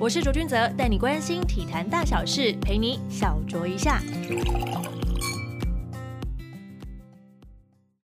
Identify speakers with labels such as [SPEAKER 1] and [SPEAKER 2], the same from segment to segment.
[SPEAKER 1] 我是卓君泽，带你关心体坛大小事，陪你小酌一下。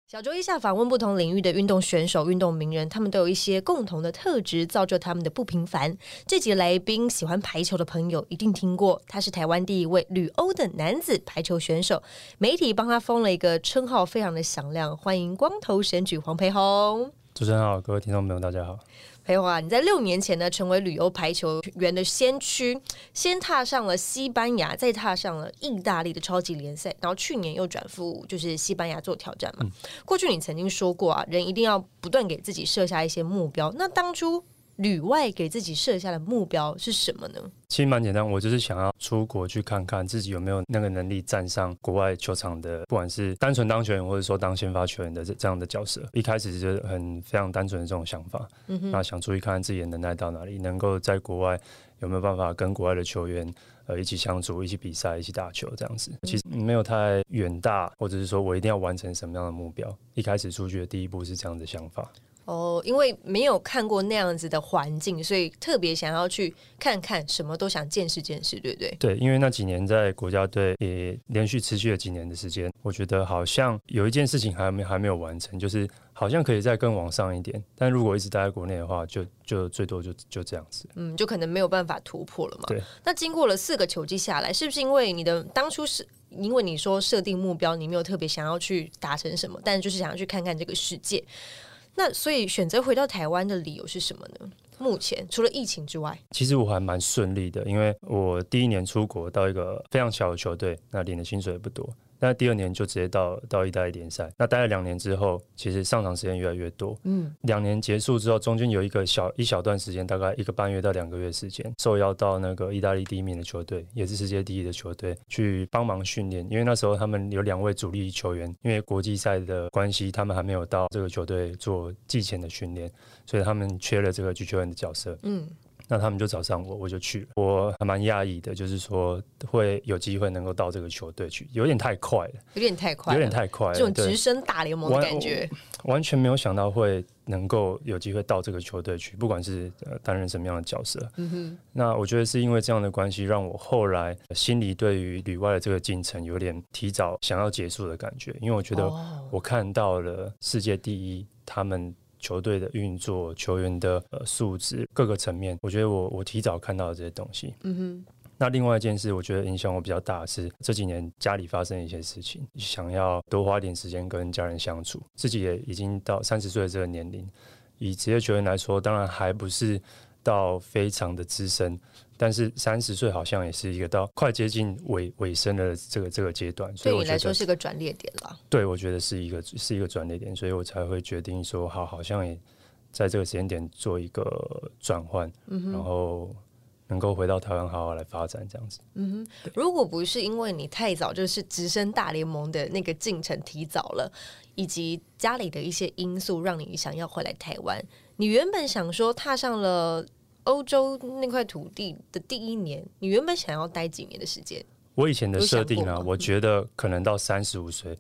[SPEAKER 1] 小周一下访问不同领域的运动选手、运动名人，他们都有一些共同的特质，造就他们的不平凡。这集来宾喜欢排球的朋友一定听过，他是台湾第一位旅欧的男子排球选手，媒体帮他封了一个称号，非常的响亮。欢迎光头选举黄培宏。
[SPEAKER 2] 主持人好，各位听众朋友，大家好。
[SPEAKER 1] 裴华，你在六年前呢成为旅游排球员的先驱，先踏上了西班牙，再踏上了意大利的超级联赛，然后去年又转赴就是西班牙做挑战嘛。过去你曾经说过啊，人一定要不断给自己设下一些目标。那当初旅外给自己设下的目标是什么呢？
[SPEAKER 2] 其实蛮简单，我就是想要出国去看看自己有没有那个能力站上国外球场的，不管是单纯当球员，或者说当先发球员的这这样的角色。一开始就是很非常单纯的这种想法，那想出去看看自己的能耐到哪里，能够在国外有没有办法跟国外的球员呃一起相处、一起比赛、一起打球这样子。其实没有太远大，或者是说我一定要完成什么样的目标。一开始出去的第一步是这样的想法。
[SPEAKER 1] 哦，因为没有看过那样子的环境，所以特别想要去看看，什么都想见识见识，对不对？
[SPEAKER 2] 对，因为那几年在国家队也连续持续了几年的时间，我觉得好像有一件事情还没还没有完成，就是好像可以再更往上一点。但如果一直待在国内的话，就就最多就就这样子。
[SPEAKER 1] 嗯，就可能没有办法突破了嘛。
[SPEAKER 2] 对。
[SPEAKER 1] 那经过了四个球季下来，是不是因为你的当初是因为你说设定目标，你没有特别想要去达成什么，但就是想要去看看这个世界。那所以选择回到台湾的理由是什么呢？目前除了疫情之外，
[SPEAKER 2] 其实我还蛮顺利的，因为我第一年出国到一个非常小的球队，那领的薪水也不多。那第二年就直接到到意大利联赛，那待了两年之后，其实上场时间越来越多。嗯，两年结束之后，中间有一个小一小段时间，大概一个半月到两个月时间，受邀到那个意大利第一名的球队，也是世界第一的球队去帮忙训练，因为那时候他们有两位主力球员，因为国际赛的关系，他们还没有到这个球队做季前的训练，所以他们缺了这个举球员的角色。
[SPEAKER 1] 嗯，
[SPEAKER 2] 那他们就找上我，我就去了。我还蛮讶异的，就是说会有机会能够到这个球队去，有点太快了，
[SPEAKER 1] 有点太快
[SPEAKER 2] 有
[SPEAKER 1] 了，
[SPEAKER 2] 点太快了，
[SPEAKER 1] 这种
[SPEAKER 2] 对
[SPEAKER 1] 直升大联盟的
[SPEAKER 2] 完
[SPEAKER 1] 感觉。
[SPEAKER 2] 完全没有想到会能够有机会到这个球队去，不管是呃担任什么样的角色。嗯哼。那我觉得是因为这样的关系，让我后来呃心里对于旅外的这个进程有点提早想要结束的感觉，因为我觉得
[SPEAKER 1] 哦
[SPEAKER 2] 我看到了世界第一他们。球队的运作、球员的呃素质各个层面，我觉得我我提早看到了这些东西。
[SPEAKER 1] 嗯
[SPEAKER 2] 那另外一件事，我觉得影响我比较大的是这几年家里发生一些事情，想要多花一点时间跟家人相处。自己也已经到三十岁的这个年龄，以职业球员来说，当然还不是到非常的资深，但是三十岁好像也是一个到快接近尾尾声的这个这个阶段，
[SPEAKER 1] 哼，
[SPEAKER 2] 所
[SPEAKER 1] 对
[SPEAKER 2] 以我
[SPEAKER 1] 你
[SPEAKER 2] 觉
[SPEAKER 1] 来说
[SPEAKER 2] 得，
[SPEAKER 1] 是个转捩点了。
[SPEAKER 2] 对我觉得是一个是一个转捩点，所以我才会决定说，好，好像也在这个时间点做一个转换，
[SPEAKER 1] 嗯
[SPEAKER 2] 然后能够回到台湾好好来发展这样子。
[SPEAKER 1] 如果不是因为你太早就是直升大联盟的那个进程提早了，以及家里的一些因素让你想要回来台湾，你原本想说踏上了欧洲那块土地的第一年，你原本想要待几年的时间？
[SPEAKER 2] 我以前的设定
[SPEAKER 1] 有想
[SPEAKER 2] 啊，
[SPEAKER 1] 过吗
[SPEAKER 2] 我觉得可能到三十五岁，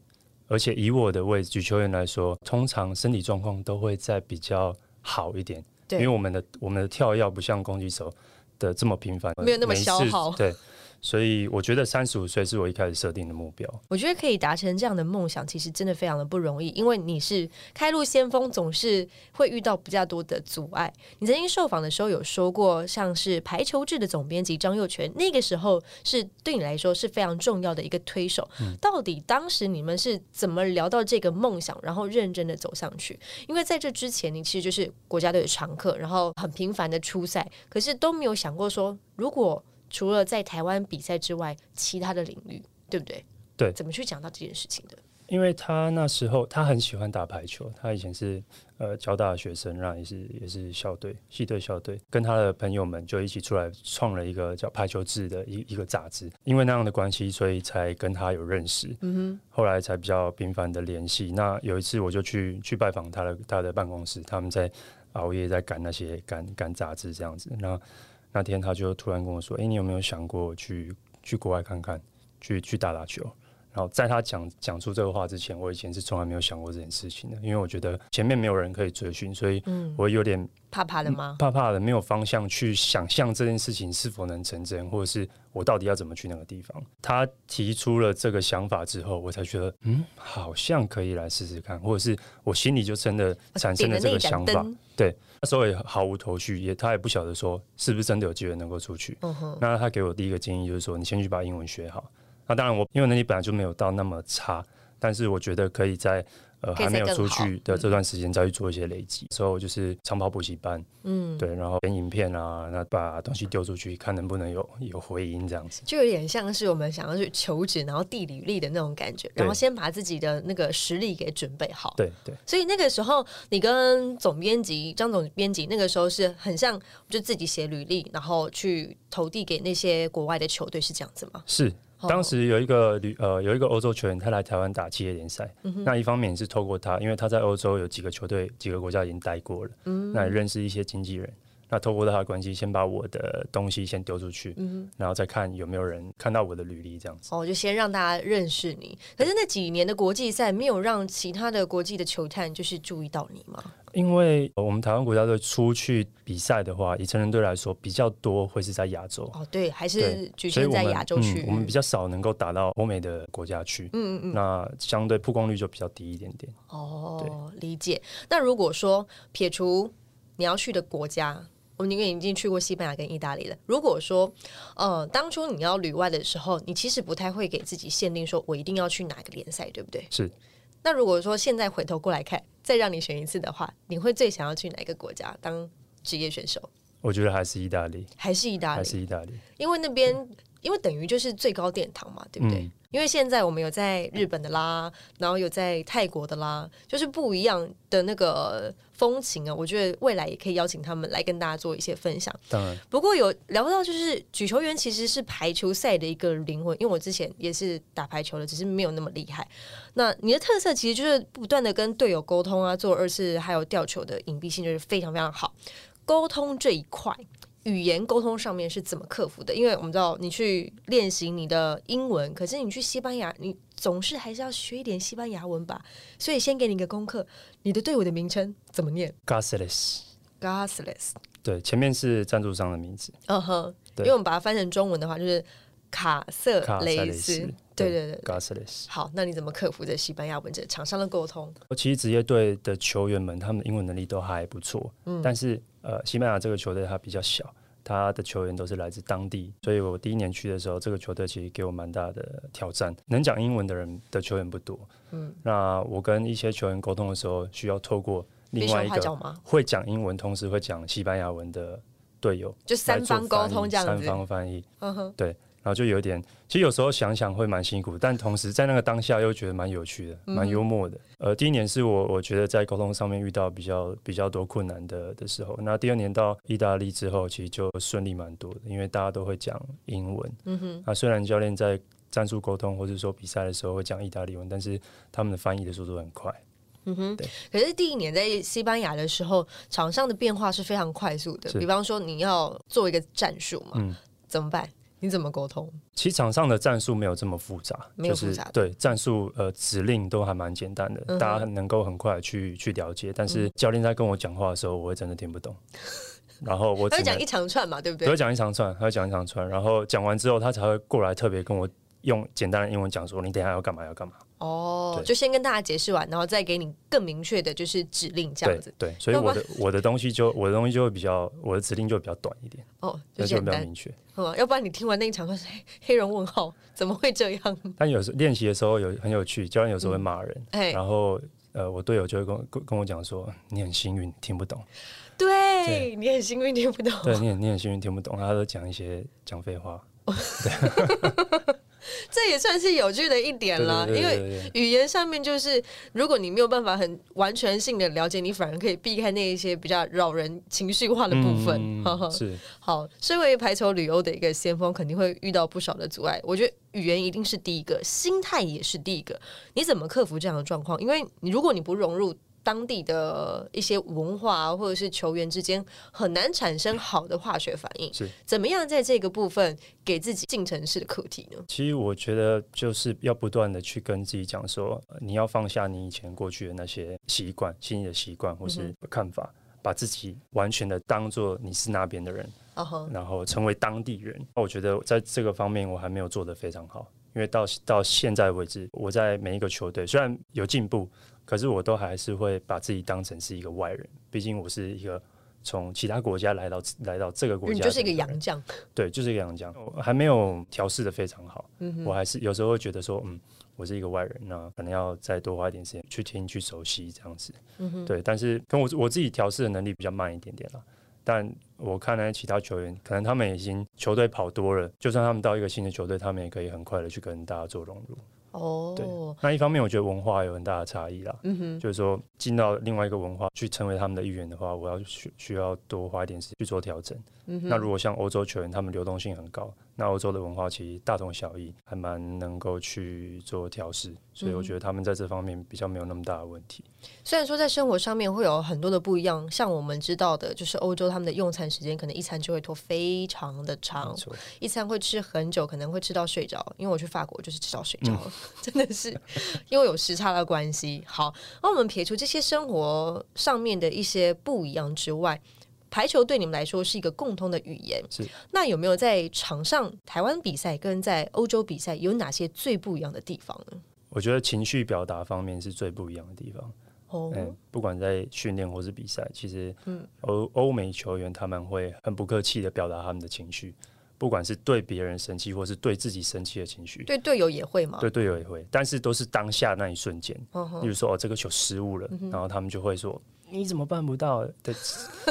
[SPEAKER 2] 而且以我的位置举球员来说，通常身体状况都会在比较好一点，
[SPEAKER 1] 对
[SPEAKER 2] 因为我们的我们的跳跃不像攻击手的这么频繁，
[SPEAKER 1] 没有那么
[SPEAKER 2] 每一次
[SPEAKER 1] 消耗
[SPEAKER 2] 对，所以我觉得三十五岁是我一开始设定的目标。
[SPEAKER 1] 我觉得可以达成这样的梦想，其实真的非常的不容易，因为你是开路先锋，总是会遇到比较多的阻碍。你曾经受访的时候有说过，像是排球志的总编辑张佑全，那个时候是对你来说是非常重要的一个推手。到底当时你们是怎么聊到这个梦想，然后认真的走上去？因为在这之前，你其实就是国家队的常客，然后很频繁的出赛，可是都没有想过说，如果除了在台湾比赛之外，其他的领域，对不对？怎么去讲到这件事情的？
[SPEAKER 2] 因为他那时候他很喜欢打排球，他以前是呃交大的学生，那也是也是校队、系队、校队，跟他的朋友们就一起出来创了一个叫《排球志》的一一个杂志。因为那样的关系，所以才跟他有认识，嗯哼，后来才比较频繁的联系。那有一次我就去去拜访他的他的办公室，他们在熬夜在赶那些赶赶杂志这样子。那那天他就突然跟我说：“诶，你有没有想过去去国外看看，去去打打球？”然后在他讲讲出这个话之前，我以前是从来没有想过这件事情的，因为我觉得前面没有人可以追寻，所以
[SPEAKER 1] 嗯
[SPEAKER 2] 我有点
[SPEAKER 1] 怕怕的吗？
[SPEAKER 2] 怕怕的，没有方向去想象这件事情是否能成真，或者是我到底要怎么去那个地方。他提出了这个想法之后，我才觉得，嗯，好像可以来试试看，或者是我心里就真的嗯产生了这个想
[SPEAKER 1] 呃顶着那
[SPEAKER 2] 法
[SPEAKER 1] 盏灯。
[SPEAKER 2] 对，那时候也毫无头绪，也他也不晓得说是不是真的有机会能够出去。
[SPEAKER 1] 嗯哼，
[SPEAKER 2] 那他给我第一个建议就是说，你先去把英文学好。那当然我，因为能力本来就没有到那么差，但是我觉得可以在呃
[SPEAKER 1] 可以再
[SPEAKER 2] 还没有
[SPEAKER 1] 更
[SPEAKER 2] 出
[SPEAKER 1] 好嗯
[SPEAKER 2] 去的这段时间再去做一些累积。所以我就是长跑补习班，
[SPEAKER 1] 嗯，
[SPEAKER 2] 对，然后剪影片啊，那把东西丢出去，看能不能有有回音这样子。
[SPEAKER 1] 就有点像是我们想要去求职，然后递履历的那种感觉，然后
[SPEAKER 2] 对
[SPEAKER 1] 先把自己的那个实力给准备好。
[SPEAKER 2] 对对
[SPEAKER 1] 所以那个时候，你跟总编辑张总编辑那个时候是很像，就自己写履历，然后去投递给那些国外的球队，是这样子吗？
[SPEAKER 2] 是。
[SPEAKER 1] 哦
[SPEAKER 2] 当时有一个旅呃有一个欧洲球员，他来台湾打企业联赛。
[SPEAKER 1] 嗯
[SPEAKER 2] 那一方面也是透过他，因为他在欧洲有几个球队、几个国家已经待过了，那也认识一些经纪人。那透过他的关系，先把我的东西先丢出去，
[SPEAKER 1] 嗯
[SPEAKER 2] 然后再看有没有人看到我的履历这样子。
[SPEAKER 1] 哦，就先让大家认识你。可是那几年的国际赛没有让其他的国际的球探就是注意到你吗？
[SPEAKER 2] 因为呃我们台湾国家队出去比赛的话，以成人队来说比较多会是在亚洲，
[SPEAKER 1] 哦，对，还是
[SPEAKER 2] 对
[SPEAKER 1] 局
[SPEAKER 2] 所以
[SPEAKER 1] 限
[SPEAKER 2] 我
[SPEAKER 1] 在
[SPEAKER 2] 们
[SPEAKER 1] 亚洲区、
[SPEAKER 2] 嗯，我们比较少能够打到欧美的国家去，嗯嗯嗯，那相对曝光率就比较低一点点。
[SPEAKER 1] 哦，理解。那如果说撇除你要去的国家，我们因为已经去过西班牙跟意大利了。如果说，呃，当初你要旅外的时候，你其实不太会给自己限定说我一定要去哪个联赛，对不对？
[SPEAKER 2] 是。
[SPEAKER 1] 那如果说现在回头过来看，再让你选一次的话，你会最想要去哪一个国家当职业选手？
[SPEAKER 2] 我觉得还是意大利，
[SPEAKER 1] 还是意大
[SPEAKER 2] 还
[SPEAKER 1] 利？
[SPEAKER 2] 是意大利。
[SPEAKER 1] 因为那边因为等于就是最高殿堂嘛，对不对？
[SPEAKER 2] 嗯
[SPEAKER 1] 因为现在我们有在日本的啦，然后有在泰国的啦，就是不一样的那个风情啊。我觉得未来也可以邀请他们来跟大家做一些分享。
[SPEAKER 2] 当然，
[SPEAKER 1] 不过有聊到就是举球员其实是排球赛的一个灵魂，因为我之前也是打排球的，只是没有那么厉害。那你的特色其实就是不断的跟队友沟通啊，做二次还有吊球的隐蔽性就是非常非常好。沟通这一块，语言沟通上面是怎么克服的？因为我们知道你去练习你的英文，可是你去西班牙，你总是还是要学一点西班牙文吧。所以先给你一个功课，你的队伍的名称怎么念
[SPEAKER 2] g a s l e s
[SPEAKER 1] g a s l e s
[SPEAKER 2] 对，前面是赞助商的名字，
[SPEAKER 1] 嗯哼，因
[SPEAKER 2] 对
[SPEAKER 1] 为我们把它翻成中文的话，就是卡瑟
[SPEAKER 2] 卡塞
[SPEAKER 1] 雷
[SPEAKER 2] 雷
[SPEAKER 1] 斯
[SPEAKER 2] 斯。
[SPEAKER 1] 对对对，
[SPEAKER 2] g a s l e s
[SPEAKER 1] 好，那你怎么克服这西班牙文这场上的沟通？
[SPEAKER 2] 其实职业队的球员们，他们的英文能力都还不错，
[SPEAKER 1] 嗯
[SPEAKER 2] 但是呃，西班牙这个球队它比较小，它的球员都是来自当地，所以我第一年去的时候，这个球队其实给我蛮大的挑战。能讲英文的人的球员不多，嗯，那我跟一些球员沟通的时候，需要透过
[SPEAKER 1] 比
[SPEAKER 2] 另
[SPEAKER 1] 手
[SPEAKER 2] 外一
[SPEAKER 1] 画脚
[SPEAKER 2] 个
[SPEAKER 1] 吗？
[SPEAKER 2] 会讲英文，同时会讲西班牙文的队友
[SPEAKER 1] 就三方沟通这样
[SPEAKER 2] 三
[SPEAKER 1] 子。
[SPEAKER 2] 方翻译，
[SPEAKER 1] 嗯哼，
[SPEAKER 2] 对，然后就有点，其实有时候想想会蛮辛苦，但同时在那个当下又觉得蛮有趣的，
[SPEAKER 1] 嗯
[SPEAKER 2] 蛮幽默的。呃，第一年是我我觉得在沟通上面遇到比较比较多困难的的时候，那第二年到意大利之后，其实就顺利蛮多的，因为大家都会讲英文。嗯哼，那虽然教练在战术沟通或者说比赛的时候会讲意大利文，但是他们的翻译的速度很快。
[SPEAKER 1] 可是第一年在西班牙的时候，场上的变化是非常快速的。
[SPEAKER 2] 是
[SPEAKER 1] 比方说你要做一个战术嘛，
[SPEAKER 2] 嗯
[SPEAKER 1] 怎么办？你怎么沟通？
[SPEAKER 2] 其实场上的战术没有这么复杂，
[SPEAKER 1] 没有
[SPEAKER 2] 就是
[SPEAKER 1] 复杂的嗯
[SPEAKER 2] 对战术呃指令都还蛮简单的，
[SPEAKER 1] 哼嗯
[SPEAKER 2] 大家能够很快去去了解。但是教练在跟我讲话的时候，我会真的听 不懂，然后我
[SPEAKER 1] 他
[SPEAKER 2] 只
[SPEAKER 1] 会讲
[SPEAKER 2] 能
[SPEAKER 1] 一长串嘛，对不
[SPEAKER 2] 他
[SPEAKER 1] 对
[SPEAKER 2] 会？讲一长串，他会讲一长串，然后讲完之后，他才会过来特别跟我用简单的英文讲说你等一下要干嘛要干嘛。
[SPEAKER 1] 哦，
[SPEAKER 2] 对
[SPEAKER 1] 就先跟大家解释完，然后再给你更明确的就是指令这样
[SPEAKER 2] 对
[SPEAKER 1] 子。
[SPEAKER 2] 对，所以
[SPEAKER 1] 要不
[SPEAKER 2] 我
[SPEAKER 1] 然
[SPEAKER 2] 的我的东西就我的东西就会比较我的指令就会比较短一点，
[SPEAKER 1] 哦，就
[SPEAKER 2] 那就
[SPEAKER 1] 简
[SPEAKER 2] 比较
[SPEAKER 1] 单。
[SPEAKER 2] 明确。
[SPEAKER 1] 嗯，要不然你听完那一场，黑黑人问号，怎么会这样？
[SPEAKER 2] 但有时练习的时候有很有趣，教练有时候会骂人，
[SPEAKER 1] 哎，
[SPEAKER 2] 然后呃我队友就会跟我跟跟我讲说你很幸运听不懂。
[SPEAKER 1] 对
[SPEAKER 2] 对
[SPEAKER 1] 你很幸运听不懂，
[SPEAKER 2] 对， 你很你很幸运听不懂，他都讲一些讲废话。
[SPEAKER 1] 这也算是有趣的一点
[SPEAKER 2] 对
[SPEAKER 1] 了，
[SPEAKER 2] 对对
[SPEAKER 1] 因
[SPEAKER 2] 对
[SPEAKER 1] 为。
[SPEAKER 2] 对对
[SPEAKER 1] 语言上面就是，如果你没有办法很完全性的了解，你反而可以避开那一些比较扰人情绪化的部分。
[SPEAKER 2] 嗯
[SPEAKER 1] 呵呵
[SPEAKER 2] 是
[SPEAKER 1] 好，身为排球旅游的一个先锋，肯定会遇到不少的阻碍。我觉得语言一定是第一个，心态也是第一个。你怎么克服这样的状况？因为你如果你不融入当地的一些文化、啊、或者是球员之间很难产生好的化学反应。
[SPEAKER 2] 是
[SPEAKER 1] 怎么样在这个部分给自己进程式的课题呢？
[SPEAKER 2] 其实我觉得就是要不断的去跟自己讲说，呃你要放下你以前过去的那些习惯、心理的习惯或
[SPEAKER 1] 嗯
[SPEAKER 2] 是看法，把自己完全的当做你是那边的人，
[SPEAKER 1] 啊哈，
[SPEAKER 2] 然后成为当地人。那我觉得在这个方面我还没有做得非常好，因为到到现在为止，我在每一个球队虽然有进步，可是我都还是会把自己当成是一个外人，毕竟我是一个。从其他国家来到来到这个国
[SPEAKER 1] 嗯你
[SPEAKER 2] 家，
[SPEAKER 1] 就是一个洋将，
[SPEAKER 2] 对，就是这样讲，我还没有调试的非常好，
[SPEAKER 1] 嗯哼
[SPEAKER 2] 我还是有时候会觉得说，嗯，我是一个外人，那可能要再多花一点时间去听、去熟悉这样子，
[SPEAKER 1] 嗯哼，
[SPEAKER 2] 对。但是跟我我自己调试的能力比较慢一点点啦，但我看来其他球员，可能他们已经球队跑多了，就算他们到一个新的球队，他们也可以很快的去跟大家做融入。对，
[SPEAKER 1] 哦，
[SPEAKER 2] 那一方面我觉得文化有很大的差异啦，
[SPEAKER 1] 嗯哼，
[SPEAKER 2] 就是说进到另外一个文化去成为他们的一员的话，我要需需要多花一点时间去做调整。
[SPEAKER 1] 嗯哼，
[SPEAKER 2] 那如果像欧洲球员，他们流动性很高，那欧洲的文化其实大同小异，还蛮能够去做调试，所
[SPEAKER 1] 嗯
[SPEAKER 2] 以我觉得他们在这方面比较没有那么大的问题。
[SPEAKER 1] 虽然说在生活上面会有很多的不一样，像我们知道的，就是欧洲他们的用餐时间可能一餐就会拖非常的
[SPEAKER 2] 没
[SPEAKER 1] 长，
[SPEAKER 2] 错，
[SPEAKER 1] 一餐会吃很久，可能会吃到睡着。因为我去法国就是吃到睡着
[SPEAKER 2] 嗯
[SPEAKER 1] 了， 真的是因为有时差的关系。好，那我们撇除这些生活上面的一些不一样之外。排球对你们来说是一个共通的语言，
[SPEAKER 2] 是
[SPEAKER 1] 那有没有在场上台湾比赛跟在欧洲比赛有哪些最不一样的地方呢？
[SPEAKER 2] 我觉得情绪表达方面是最不一样的地方。
[SPEAKER 1] 哦，
[SPEAKER 2] 嗯，不管在训练或是比赛，其实
[SPEAKER 1] 嗯
[SPEAKER 2] 欧欧美球员他们会很不客气的表达他们的情绪，不管是对别人生气或是对自己生气的情绪。
[SPEAKER 1] 对队友也会吗？
[SPEAKER 2] 对队友也会，但是都是当下那一瞬间。
[SPEAKER 1] 嗯哼嗯
[SPEAKER 2] 例如说，哦，这个球失误了，然后他们就会说：“你怎么办不到？” 对，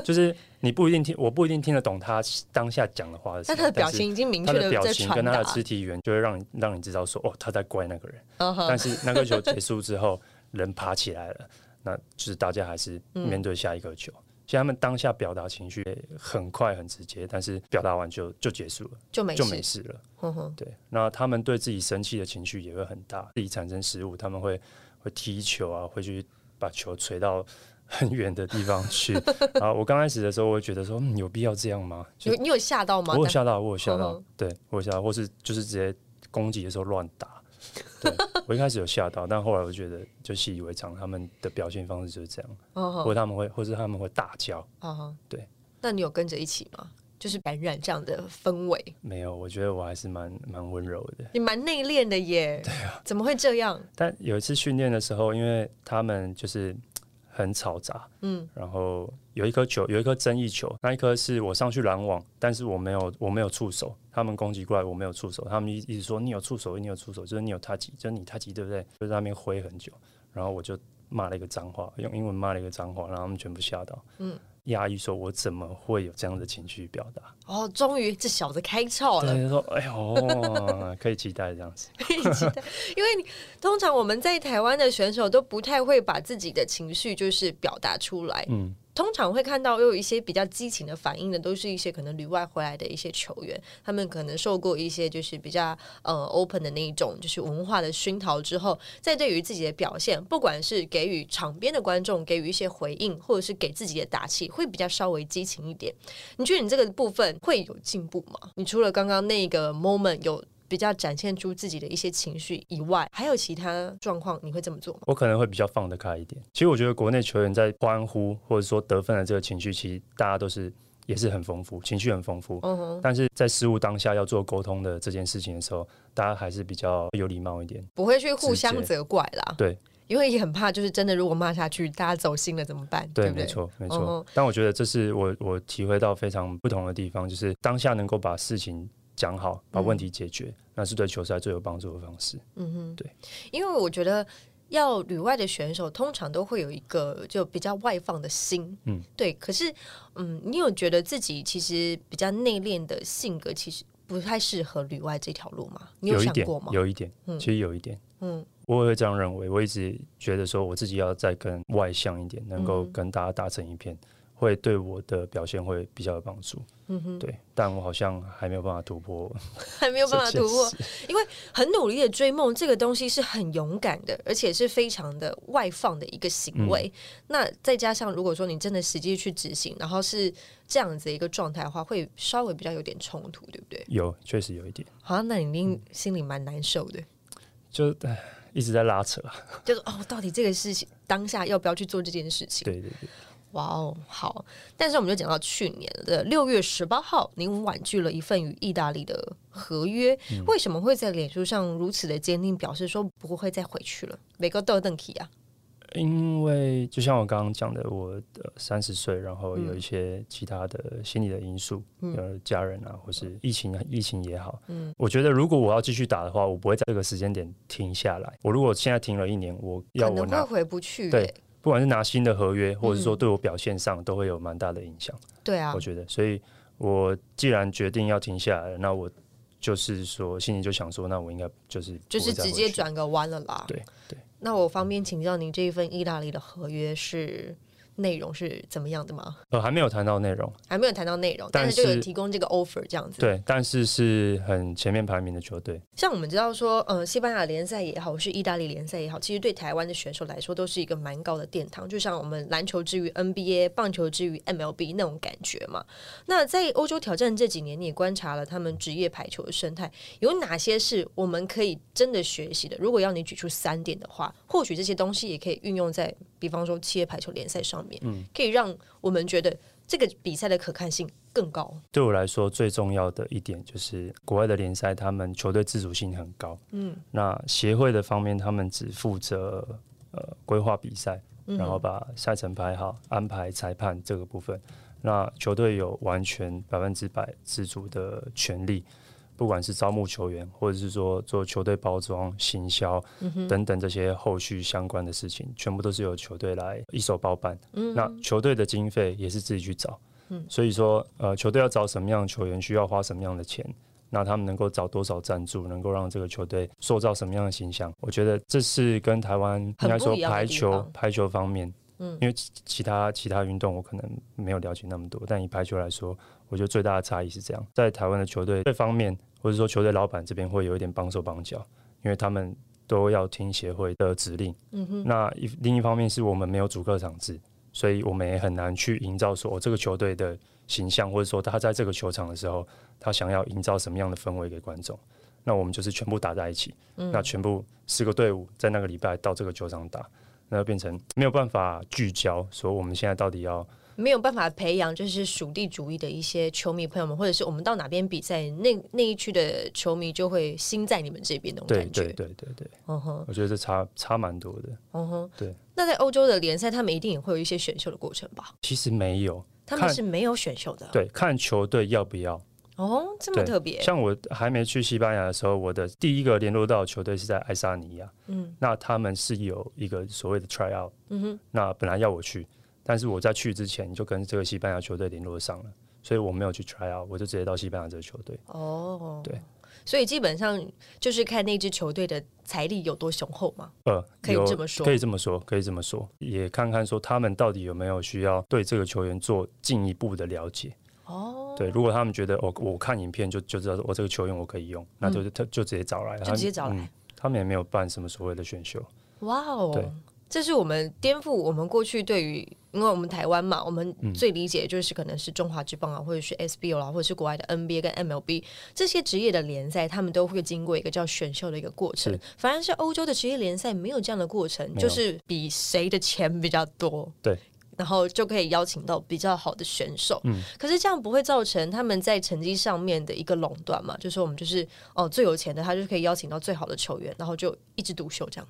[SPEAKER 2] 就是你不一定听，我不一定听得懂他当下讲的话是什
[SPEAKER 1] 但
[SPEAKER 2] 么。
[SPEAKER 1] 他的表
[SPEAKER 2] 是
[SPEAKER 1] 情已经明
[SPEAKER 2] 他
[SPEAKER 1] 确
[SPEAKER 2] 的
[SPEAKER 1] 的
[SPEAKER 2] 表
[SPEAKER 1] 在
[SPEAKER 2] 情
[SPEAKER 1] 传
[SPEAKER 2] 跟他
[SPEAKER 1] 达
[SPEAKER 2] 的，肢体语言，就会让你让你知道说：“哦，他在怪那个人。
[SPEAKER 1] 嗯哼
[SPEAKER 2] 但是那个球结束之后，人爬起来了，那就是大家还是
[SPEAKER 1] 嗯
[SPEAKER 2] 面对下一个球。其实他们当下表达情绪很快很直接，但是表达完就就结束了，
[SPEAKER 1] 就没
[SPEAKER 2] 就没
[SPEAKER 1] 事，
[SPEAKER 2] 事了。
[SPEAKER 1] 哼哼，
[SPEAKER 2] 对，那他们对自己生气的情绪也会很大，自己产生失误，他们会会踢球啊，会去把球锤到很远的地方 去。然后我刚开始的时候，我会觉得说、嗯有必要这样吗？就
[SPEAKER 1] 有你有吓到吗？
[SPEAKER 2] 我有吓到，我有吓
[SPEAKER 1] 嗯
[SPEAKER 2] 到
[SPEAKER 1] 哼，
[SPEAKER 2] 对我有吓到，或是就是直接攻击的时候乱打。对我一开始有吓到，但后来我觉得就习以为常，他们的表现方式就是这样，
[SPEAKER 1] 嗯
[SPEAKER 2] 或
[SPEAKER 1] 哼
[SPEAKER 2] 者他们会，或是他们会大叫。
[SPEAKER 1] 嗯哼，
[SPEAKER 2] 对。
[SPEAKER 1] 那你有跟着一起吗？就是感染这样的氛围，
[SPEAKER 2] 没有，我觉得我还是蛮蛮温柔的。
[SPEAKER 1] 你蛮内敛的耶。对啊，怎么会这样？
[SPEAKER 2] 但有一次训练的时候，因为他们就是很嘈杂，
[SPEAKER 1] 嗯，
[SPEAKER 2] 然后有一颗球，有一颗争议球，那一颗是我上去拦网，但是我没有，我没有触手，他们攻击过来，我没有触手，他们一一直说你有触手，你有触手，就是你有他击，就是你他击，对不对？就在那边挥很久，然后我就骂了一个脏话，用英文骂了一个脏话，然后他们全部吓到，
[SPEAKER 1] 嗯，
[SPEAKER 2] 压抑说我怎么会有这样的情绪表达？
[SPEAKER 1] 哦，终于这小子开窍了
[SPEAKER 2] 对，。就说哎呦， 可以期待这样子，
[SPEAKER 1] 因为你通常我们在台湾的选手都不太会把自己的情绪就是表达出来，
[SPEAKER 2] 嗯，
[SPEAKER 1] 通常会看到又有一些比较激情的反应的，都是一些可能旅外回来的一些球员，他们可能受过一些就是比较呃 open 的那一种就是文化的熏陶之后，在对于自己的表现，不管是给予场边的观众给予一些回应，或者是给自己的打气，会比较稍微激情一点。你觉得你这个部分会有进步吗？你除了刚刚那个 moment 有比较展现出自己的一些情绪以外，还有其他状况你会这么做吗？
[SPEAKER 2] 我可能会比较放得开一点。其实我觉得国内球员在欢呼或者说得分的这个情绪，其实大家都是也是很丰富，情绪很丰富。
[SPEAKER 1] 嗯哼，
[SPEAKER 2] 但是在失误当下要做沟通的这件事情的时候，大家还是比较有礼貌一点。
[SPEAKER 1] 不会去互相
[SPEAKER 2] 直接
[SPEAKER 1] 责怪啦。
[SPEAKER 2] 对
[SPEAKER 1] 因为也很怕，就是真的如果骂下去，大家走心了怎么办？
[SPEAKER 2] 对，
[SPEAKER 1] 不
[SPEAKER 2] 没
[SPEAKER 1] 对？
[SPEAKER 2] 错没
[SPEAKER 1] 嗯
[SPEAKER 2] 错。
[SPEAKER 1] 哼
[SPEAKER 2] 但我觉得这是我我体会到非常不同的地方，就是当下能够把事情讲好，把
[SPEAKER 1] 嗯
[SPEAKER 2] 问题解决，那是对球赛最有帮助的方式。
[SPEAKER 1] 因为我觉得要旅外的选手通常都会有一个就比较外放的心，
[SPEAKER 2] 嗯，
[SPEAKER 1] 对。可是，嗯，你有觉得自己其实比较内敛的性格，其实不太适合旅外这条路吗？你
[SPEAKER 2] 一
[SPEAKER 1] 想
[SPEAKER 2] 点
[SPEAKER 1] 过吗，？
[SPEAKER 2] 有一点，
[SPEAKER 1] 嗯
[SPEAKER 2] 其实有一点，
[SPEAKER 1] 嗯，
[SPEAKER 2] 我也会这样认为。我一直觉得说，我自己要再更外向一点，能够
[SPEAKER 1] 嗯
[SPEAKER 2] 跟大家打成一片，会对我的表现会比较有帮助。嗯哼，对，但我好像还没有办法突破，
[SPEAKER 1] 还没有办法突破，因为很努力的追梦这个东西是很勇敢的，而且是非常的外放的一个行为。那再加上如果说你真的实际去执行，然后是这样子的一个状态的话，会稍微比较有点冲突，对不对？
[SPEAKER 2] 有确实有一点，
[SPEAKER 1] 好像那你一定心里蛮难受的，
[SPEAKER 2] 就唉一直在拉扯啊。
[SPEAKER 1] 就是哦，到底这个事情当下要不要去做这件事情？
[SPEAKER 2] 对对对，
[SPEAKER 1] 哇哦，好！但是我们就讲到去年的六月十八号，您婉拒了一份与意大利的合约，
[SPEAKER 2] 嗯
[SPEAKER 1] 为什么会在脸书上如此的坚定表示说不会再回去了？每个都有邓体啊，
[SPEAKER 2] 因为就像我刚刚讲的，我三十岁，然后
[SPEAKER 1] 嗯
[SPEAKER 2] 有一些其他的心理的因素，呃，家人啊，或是疫情，疫情也好，嗯，我觉得如果我要继续打的话，我不会在这个时间点停下来。我如果现在停了一年，我要
[SPEAKER 1] 可
[SPEAKER 2] 我
[SPEAKER 1] 能
[SPEAKER 2] 拿
[SPEAKER 1] 会回不去、欸。
[SPEAKER 2] 对不管是拿新的合约，或者是说对我表现上，都会有蛮大的影响。
[SPEAKER 1] 对啊
[SPEAKER 2] 我，觉得，所以我既然决定要停下来了，那我就是说，心里就想说，那我应该就是
[SPEAKER 1] 就是
[SPEAKER 2] 不会再
[SPEAKER 1] 直
[SPEAKER 2] 回
[SPEAKER 1] 接
[SPEAKER 2] 去。
[SPEAKER 1] 转个弯了啦。
[SPEAKER 2] 对对，
[SPEAKER 1] 那我方便请教您这一份意大利的合约是内容是怎么样的吗？
[SPEAKER 2] 呃，还没有谈到内容，
[SPEAKER 1] 还没有谈到内容，
[SPEAKER 2] 但
[SPEAKER 1] 但
[SPEAKER 2] 是
[SPEAKER 1] 是就有提供这个 offer 这样子。
[SPEAKER 2] 对，但是是很前面排名的球队，
[SPEAKER 1] 像我们知道说，呃，西班牙联赛也好，是意大利联赛也好，其实对台湾的选手来说都是一个蛮高的殿堂，就像我们篮球之于 NBA，棒球之于 MLB 那种感觉嘛。那在欧洲挑战这几年，你也观察了他们职业排球的生态，有哪些是我们可以真的学习的？如果要你举出三点的话，或许这些东西也可以运用在，比方说企业排球联赛上面，可以让我们觉得这个比赛的可看性更高。
[SPEAKER 2] 对我来说最重要的一点就是，国外的联赛他们球队自主性很高，嗯，那协会的方面他们只负责呃规划比赛，
[SPEAKER 1] 嗯
[SPEAKER 2] 然后把赛程排好，安排裁判这个部分，那球队有完全百分之百自主的权利。不管是招募球员，或者是说做球队包装、行销、
[SPEAKER 1] 嗯
[SPEAKER 2] 等等这些后续相关的事情，全部都是由球队来一手包办。
[SPEAKER 1] 嗯
[SPEAKER 2] 那球队的经费也是自己去找，所以说，呃，球队要找什么样的球员，需要花什么样的钱，那他们能够找多少赞助，能够让这个球队塑造什么样的形象？我觉得这是跟台湾应该说
[SPEAKER 1] 很不一样的
[SPEAKER 2] 排
[SPEAKER 1] 地
[SPEAKER 2] 球
[SPEAKER 1] 方
[SPEAKER 2] 排球方面，嗯，因为其其他其他运动我可能没有了解那么多，但以排球来说，我觉得最大的差异是这样，在台湾的球队这方面，或者说球队老板这边会有一点帮手帮脚，因为他们都要听协会的指令。嗯哼。那一另一方面是我们没有主客场制，所以我们也很难去营造说、哦、这个球队的形象，或者说他在这个球场的时候，他想要营造什么样的氛围给观众。那我们就是全部打在一起，那全部四个队伍在那个礼拜到这个球场打，那就变成没有办法聚焦，所以我们现在到底要
[SPEAKER 1] 没有办法培养就是属地主义的一些球迷朋友们，或者是我们到哪边比赛，那那一区的球迷就会心在你们这边那种
[SPEAKER 2] 对
[SPEAKER 1] 感觉。
[SPEAKER 2] 对对对对，
[SPEAKER 1] 嗯哼，
[SPEAKER 2] 我觉得这差差蛮多的。
[SPEAKER 1] 嗯哼。
[SPEAKER 2] 对，
[SPEAKER 1] 那在欧洲的联赛，他们一定也会有一些选秀的过程吧？
[SPEAKER 2] 其实没有
[SPEAKER 1] 他们
[SPEAKER 2] 看
[SPEAKER 1] 是没有选秀的。
[SPEAKER 2] 对看球队要不要，
[SPEAKER 1] 哦，这么
[SPEAKER 2] 对
[SPEAKER 1] 特别。
[SPEAKER 2] 像我还没去西班牙的时候，我的第一个联络到的球队是在爱沙尼亚，嗯，那他们是有一个所谓的 tryout，嗯哼，那本来要我去，但是我在去之前就跟这个西班牙球队联络上了，所以我没有去 tryout，我就直接到西班牙这个球队。
[SPEAKER 1] 哦，
[SPEAKER 2] 对。
[SPEAKER 1] 所以基本上就是看那支球队的财力有多雄厚嘛。
[SPEAKER 2] 呃，
[SPEAKER 1] 可以
[SPEAKER 2] 有
[SPEAKER 1] 这么说
[SPEAKER 2] 可以这么说，可以这么说，也看看说他们到底有没有需要对这个球员做进一步的了解。哦，对，如果他们觉得哦，我看影片就就知道我、哦、这个球员我可以用，那就是他、就直接找来，
[SPEAKER 1] 嗯就直接找来
[SPEAKER 2] 他们嗯他们也没有办什么所谓的选秀，
[SPEAKER 1] 哇
[SPEAKER 2] 对
[SPEAKER 1] 哦，这是我们颠覆我们过去对于，因为我们台湾嘛，我们最理解就是可能是中华职棒啊，或者是 SBO 啦、或者是国外的 NBA 跟 MLB 这些职业的联赛，他们都会经过一个叫选秀的一个过程
[SPEAKER 2] 是。
[SPEAKER 1] 反而是欧洲的职业联赛没有这样的过程，
[SPEAKER 2] 没有
[SPEAKER 1] 就是比谁的钱比较多。
[SPEAKER 2] 对。
[SPEAKER 1] 然后就可以邀请到比较好的选手，
[SPEAKER 2] 嗯
[SPEAKER 1] 可是这样不会造成他们在成绩上面的一个垄断嘛？就是我们就是哦最有钱的，他就可以邀请到最好的球员，然后就一枝独秀这样，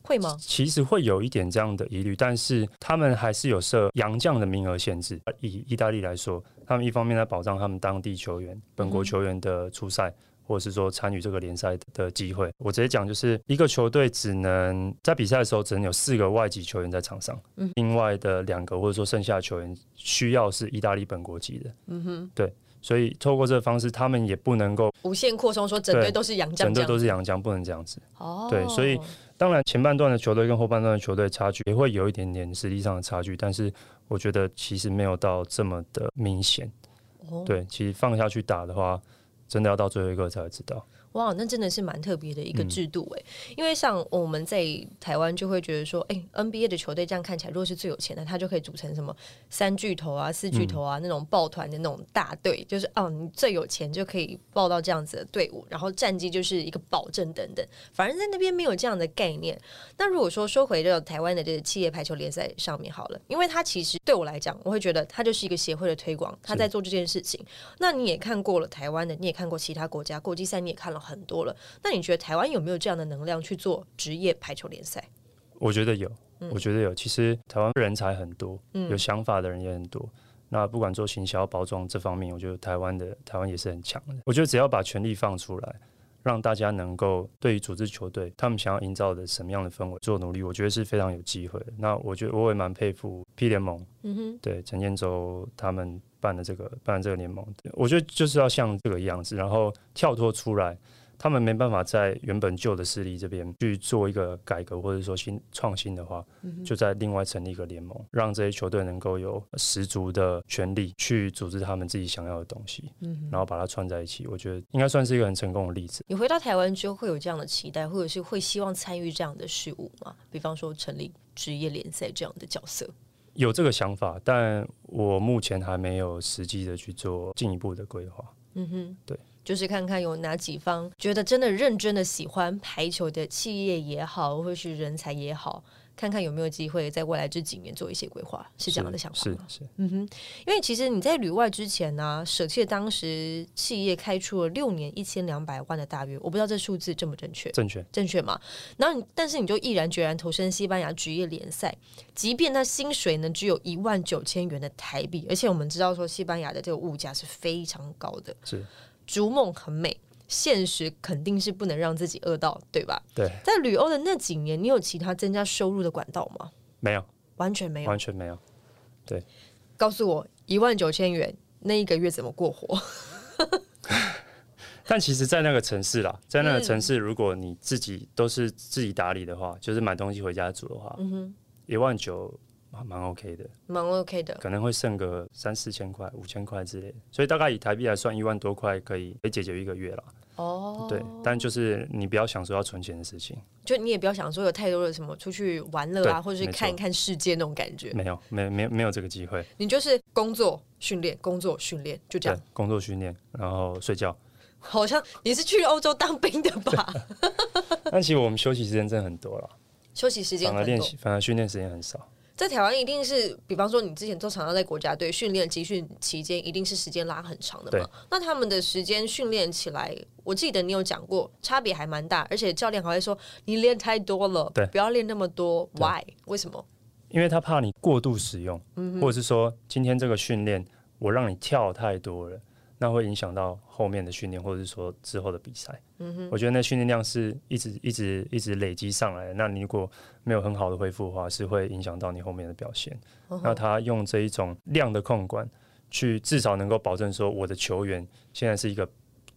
[SPEAKER 1] 会吗？
[SPEAKER 2] 其实会有一点这样的疑虑，但是他们还是有设洋将的名额限制。以意大利来说，他们一方面在保障他们当地球员、本国球员的出赛，或者是说参与这个联赛的机会。我直接讲，就是一个球队只能在比赛的时候只能有四个外籍球员在场上，另外的两个或者说剩下的球员需要是意大利本国籍的。嗯哼，对。所以透过这个方式，他们也不能够
[SPEAKER 1] 无限扩充，说整队
[SPEAKER 2] 对
[SPEAKER 1] 都是洋将
[SPEAKER 2] 整
[SPEAKER 1] 这
[SPEAKER 2] 队
[SPEAKER 1] 样。
[SPEAKER 2] 都是洋将，不能这样子。
[SPEAKER 1] 哦
[SPEAKER 2] 对所以当然，前半段的球队跟后半段的球队差距也会有一点点实力上的差距，但是我觉得其实没有到这么的明显。
[SPEAKER 1] 哦，
[SPEAKER 2] 对，其实放下去打的话，真的要到最后一个才会知道。
[SPEAKER 1] 哇，那真的是蛮特别的一
[SPEAKER 2] 嗯
[SPEAKER 1] 个制度哎、因为像我们在台湾就会觉得说，哎、n b a 的球队这样看起来，如果是最有钱的，他就可以组成什么三巨头啊、四巨头
[SPEAKER 2] 嗯
[SPEAKER 1] 啊、那种抱团的那种大队，就是哦，你最有钱就可以报到这样子的队伍，然后战绩就是一个保证等等。反正在那边没有这样的概念。那如果说说回到台湾的这个企业排球联赛上面好了，因为它其实对我来讲，我会觉得它就是一个协会的推广，它在做这件事情。那你也看过了台湾的，你也看过其他国家国际赛，你也看了很多了。那你觉得台湾有没有这样的能量去做职业排球联赛？
[SPEAKER 2] 我觉得有，
[SPEAKER 1] 嗯
[SPEAKER 2] 我觉得有。其实台湾人才很多，有想法的人也很多。那不管做行销、包装这方面，我觉得台湾的台湾也是很强的。我觉得只要把权力放出来，让大家能够对于组织球队他们想要营造的什么样的氛围做努力，我觉得是非常有机会的。那我觉得我也蛮佩服 P 联盟，
[SPEAKER 1] 嗯哼，
[SPEAKER 2] 对陈建州他们办的这个办的这个联盟，我觉得就是要像这个样子，然后跳脱出来。他们没办法在原本旧的势力这边去做一个改革，或者说新创新的话，
[SPEAKER 1] 嗯
[SPEAKER 2] 就在另外成立一个联盟，让这些球队能够有十足的权利去组织他们自己想要的东西，
[SPEAKER 1] 嗯
[SPEAKER 2] 然后把它串在一起。我觉得应该算是一个很成功的例子。
[SPEAKER 1] 你回到台湾之后会有这样的期待，或者是会希望参与这样的事物吗？比方说成立职业联赛这样的角色。
[SPEAKER 2] 有这个想法，但我目前还没有实际的去做进一步的规划。
[SPEAKER 1] 嗯哼，
[SPEAKER 2] 对，
[SPEAKER 1] 就是看看有哪几方觉得真的认真的喜欢排球的企业也好，或是人才也好，看看有没有机会在未来这几年做一些规划，是这样的想法
[SPEAKER 2] 是
[SPEAKER 1] 吗？
[SPEAKER 2] 是，
[SPEAKER 1] 嗯哼，因为其实你在旅外之前呢、舍弃了当时企业开出了六年一千两百万的大约，我不知道这数字正不正确。
[SPEAKER 2] 正确。
[SPEAKER 1] 正确嘛？然后你，但是你就毅然决然投身西班牙职业联赛，即便那薪水呢只有一万九千元的台币，而且我们知道说西班牙的这个物价是非常高的，
[SPEAKER 2] 是
[SPEAKER 1] 逐梦很美。现实肯定是不能让自己饿到，对吧？
[SPEAKER 2] 对，
[SPEAKER 1] 在旅欧的那几年，你有其他增加收入的管道吗？
[SPEAKER 2] 没有，
[SPEAKER 1] 完全没有。
[SPEAKER 2] 完全没有。
[SPEAKER 1] 告诉我，一万九千元那一个月怎么过活？
[SPEAKER 2] 但其实，在那个城市啦，在
[SPEAKER 1] 嗯
[SPEAKER 2] 那个城市，如果你自己都是自己打理的话，就是买东西回家煮的话，
[SPEAKER 1] 嗯
[SPEAKER 2] 一万九还蛮 OK 的，
[SPEAKER 1] 蛮 OK 的，
[SPEAKER 2] 可能会剩个三四千块、五千块之类的。所以大概以台币来算，一万多块可以可以解决一个月啦。
[SPEAKER 1] 哦，
[SPEAKER 2] 对，但就是你不要想说要存钱的事情，
[SPEAKER 1] 就你也不要想说有太多的什么出去玩乐啊，
[SPEAKER 2] 对
[SPEAKER 1] 或者是
[SPEAKER 2] 没错嗯
[SPEAKER 1] 看一看世界那种感觉。
[SPEAKER 2] 没有，没没没有这个机会。
[SPEAKER 1] 你就是工作训练，工作训练，就这
[SPEAKER 2] 对
[SPEAKER 1] 样。，
[SPEAKER 2] 工作训练，然后睡觉。
[SPEAKER 1] 好像你是去欧洲当兵的吧？
[SPEAKER 2] 但其实我们休息时间真的很多了，
[SPEAKER 1] 休息时间
[SPEAKER 2] 反而
[SPEAKER 1] 很
[SPEAKER 2] 练
[SPEAKER 1] 多
[SPEAKER 2] 习，，反而训练时间很少。
[SPEAKER 1] 在台湾一定是，比方说你之前都常常在国家队训练集训期间，一定是时间拉很长的嘛
[SPEAKER 2] 对。
[SPEAKER 1] 那他们的时间训练起来，我记得你有讲过，差别还蛮大，而且教练还会说你练太多了
[SPEAKER 2] 对，
[SPEAKER 1] 不要练那么多。Why？为什么？
[SPEAKER 2] 因为他怕你过度使用，或者是说今天这个训练我让你跳太多了，那会影响到后面的训练，或者是说之后的比赛。我觉得那训练量是一直一直一直累积上来的，那你如果没有很好的恢复的话，是会影响到你后面的表现。那他用这一种量的控管，去至少能够保证说我的球员现在是一个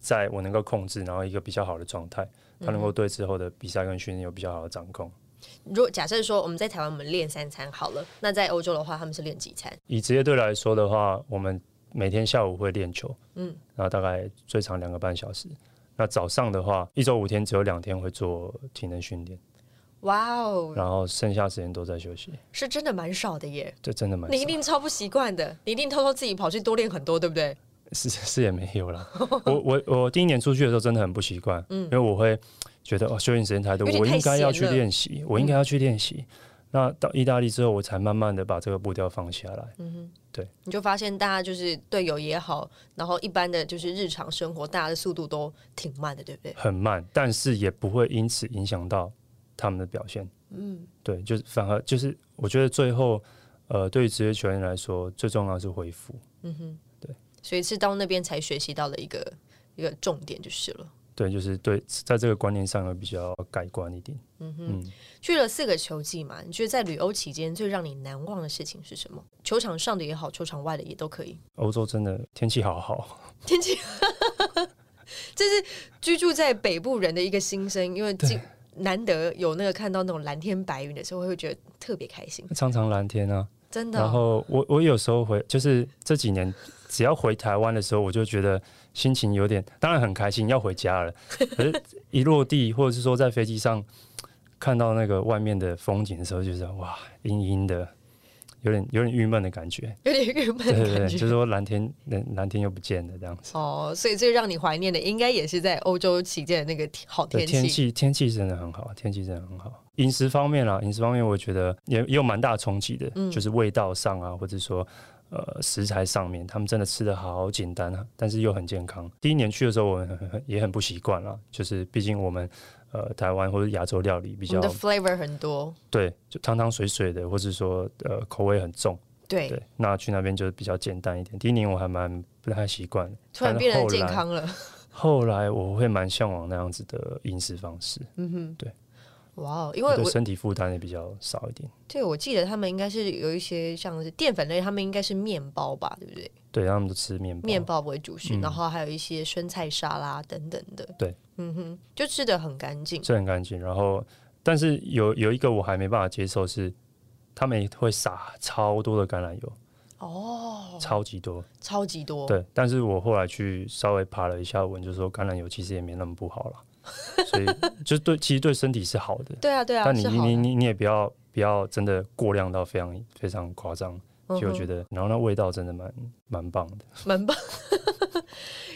[SPEAKER 2] 在我能够控制，然后一个比较好的状态，他能够对之后的比赛跟训练有比较好的掌控。
[SPEAKER 1] 如果假设说我们在台湾我们练三餐好了，那在欧洲的话他们是练几餐？
[SPEAKER 2] 以职业队来说的话，我们每天下午会练球，嗯，然后大概最长两个半小时。那早上的话，一周五天只有两天会做体能训练，
[SPEAKER 1] 哇哦，
[SPEAKER 2] 然后剩下时间都在休息，
[SPEAKER 1] 是真的蛮少的耶。
[SPEAKER 2] 这真的蛮
[SPEAKER 1] 你一
[SPEAKER 2] 少。
[SPEAKER 1] 定超不习惯的，你一定偷偷自己跑去多练很多，对不对？
[SPEAKER 2] 是是也没有 啦。我我我第一年出去的时候真的很不习惯，因为我会觉得哦，休息时间太多
[SPEAKER 1] 嗯有，点
[SPEAKER 2] 我
[SPEAKER 1] 太
[SPEAKER 2] 应该要去
[SPEAKER 1] 闲了嗯
[SPEAKER 2] 练习，我应该要去练习。那到意大利之后，我才慢慢的把这个步调放下来。
[SPEAKER 1] 你就发现大家就是队友也好，然后一般的就是日常生活，大家的速度都挺慢的，对不对？
[SPEAKER 2] 很慢，但是也不会因此影响到他们的表现。嗯，对，就是反而就是我觉得最后，呃，对于职业球员来说，最重要的是恢复。
[SPEAKER 1] 所以是到那边才学习到了一个一个重点就是了。
[SPEAKER 2] 对，就是对，在这个观念上有比较改观一点。
[SPEAKER 1] 去了四个球季嘛，你觉得在旅欧期间最让你难忘的事情是什么？球场上的也好，球场外的也都可以。
[SPEAKER 2] 欧洲真的天气好好，
[SPEAKER 1] 天气，这是居住在北部人的一个心声，因为今难得有那个看到那种蓝天白云的时候，会觉得特别开心。
[SPEAKER 2] 常常蓝天啊，
[SPEAKER 1] 真的哦、
[SPEAKER 2] 然后我我有时候回，就是这几年只要回台湾的时候，我就觉得心情有点，当然很开心要回 家了，可是一落地或者是说在飞机上看到那个外面的风景的时候，就是哇阴阴的，有点有点郁闷的感觉。
[SPEAKER 1] 有点郁闷
[SPEAKER 2] 对
[SPEAKER 1] 的
[SPEAKER 2] 对对，
[SPEAKER 1] 感
[SPEAKER 2] 就是
[SPEAKER 1] 觉。
[SPEAKER 2] 说蓝天蓝蓝天又不见了这样子。
[SPEAKER 1] 哦，所以最让你怀念的，应该也是在欧洲期间的那个好
[SPEAKER 2] 对
[SPEAKER 1] 天
[SPEAKER 2] 天
[SPEAKER 1] 气。
[SPEAKER 2] 气天气真的很好，天气真的很好。饮食方面啦，饮食方面我觉得也也有蛮大的冲击的，
[SPEAKER 1] 嗯
[SPEAKER 2] 就是味道上啊，或者说呃食材上面，他们真的吃的好简单啊，但是又很健康。第一年去的时候，我们很很很也很不习惯啦，就是毕竟我们呃台湾或者亚洲料理比
[SPEAKER 1] 我
[SPEAKER 2] 较
[SPEAKER 1] 们的 flavor 很多，
[SPEAKER 2] 对，就汤汤水水的，或是说呃口味很重，
[SPEAKER 1] 对，
[SPEAKER 2] 对。那去那边就是比较简单一点。第一年我还蛮不太习惯的，
[SPEAKER 1] 突然
[SPEAKER 2] 但
[SPEAKER 1] 变得
[SPEAKER 2] 后
[SPEAKER 1] 健
[SPEAKER 2] 来
[SPEAKER 1] 康了。
[SPEAKER 2] 后来我会蛮向往那样子的饮食方式，
[SPEAKER 1] 哇哦，因为
[SPEAKER 2] 我对
[SPEAKER 1] 我
[SPEAKER 2] 身体负担也比较少一点。
[SPEAKER 1] 对我记得他们应该是有一些像是淀粉类，他们应该是面包吧，对不对？
[SPEAKER 2] 对，他们都吃面包。
[SPEAKER 1] 面包为主食，然后还有一些生菜沙拉等等的。
[SPEAKER 2] 嗯对，
[SPEAKER 1] 嗯哼，就吃的很干净。
[SPEAKER 2] 是很干净。然后，但是有有一个我还没办法接受是，他们会撒超多的橄榄油，
[SPEAKER 1] 哦，
[SPEAKER 2] 超级多。
[SPEAKER 1] 超级多。
[SPEAKER 2] 对，但是我后来去稍微爬了一下文，就说橄榄油其实也没那么不 好啦，所以就对，其实对身体是好的。
[SPEAKER 1] 对啊，对啊，
[SPEAKER 2] 但你
[SPEAKER 1] 是
[SPEAKER 2] 你
[SPEAKER 1] 好的
[SPEAKER 2] 你你你也不要不要真的过量到非常非常夸张，
[SPEAKER 1] 嗯
[SPEAKER 2] 所以我觉得，然后那味道真的蛮蛮棒的。
[SPEAKER 1] 蛮棒。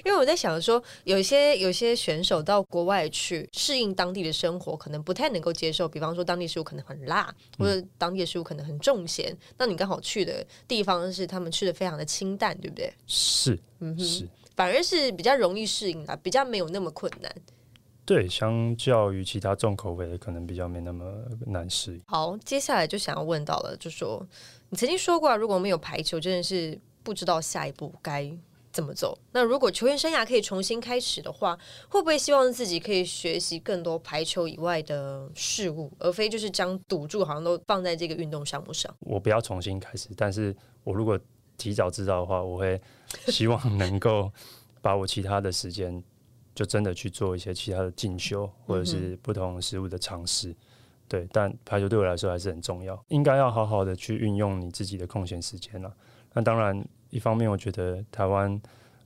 [SPEAKER 1] 因为我在想说，有一些有一些选手到国外去适应当地的生活，可能不太能够接受。比方说，当地食物可能很辣，或
[SPEAKER 2] 嗯
[SPEAKER 1] 者当地的食物可能很重咸。那你刚好去的地方是他们吃的非常的清淡，对不对？
[SPEAKER 2] 是，
[SPEAKER 1] 嗯
[SPEAKER 2] 是。
[SPEAKER 1] 反而是比较容易适应啦，比较没有那么困难。
[SPEAKER 2] 对，相较于其他重口味，可能比较没那么难适应。
[SPEAKER 1] 好，接下来就想要问到了，就说你曾经说过、啊，如果没有排球，真的是不知道下一步该怎么走。那如果球员生涯可以重新开始的话，会不会希望自己可以学习更多排球以外的事物，而非就是将赌注好像都放在这个运动项目上？
[SPEAKER 2] 我不要重新开始，但是我如果提早知道的话，我会希望能够把我其他的时间就真的去做一些其他的进修，或者是不同食物的尝试。对，但排球对我来说还是很重要，应该要好好的去运用你自己的空闲时间啦。那当然，一方面我觉得台湾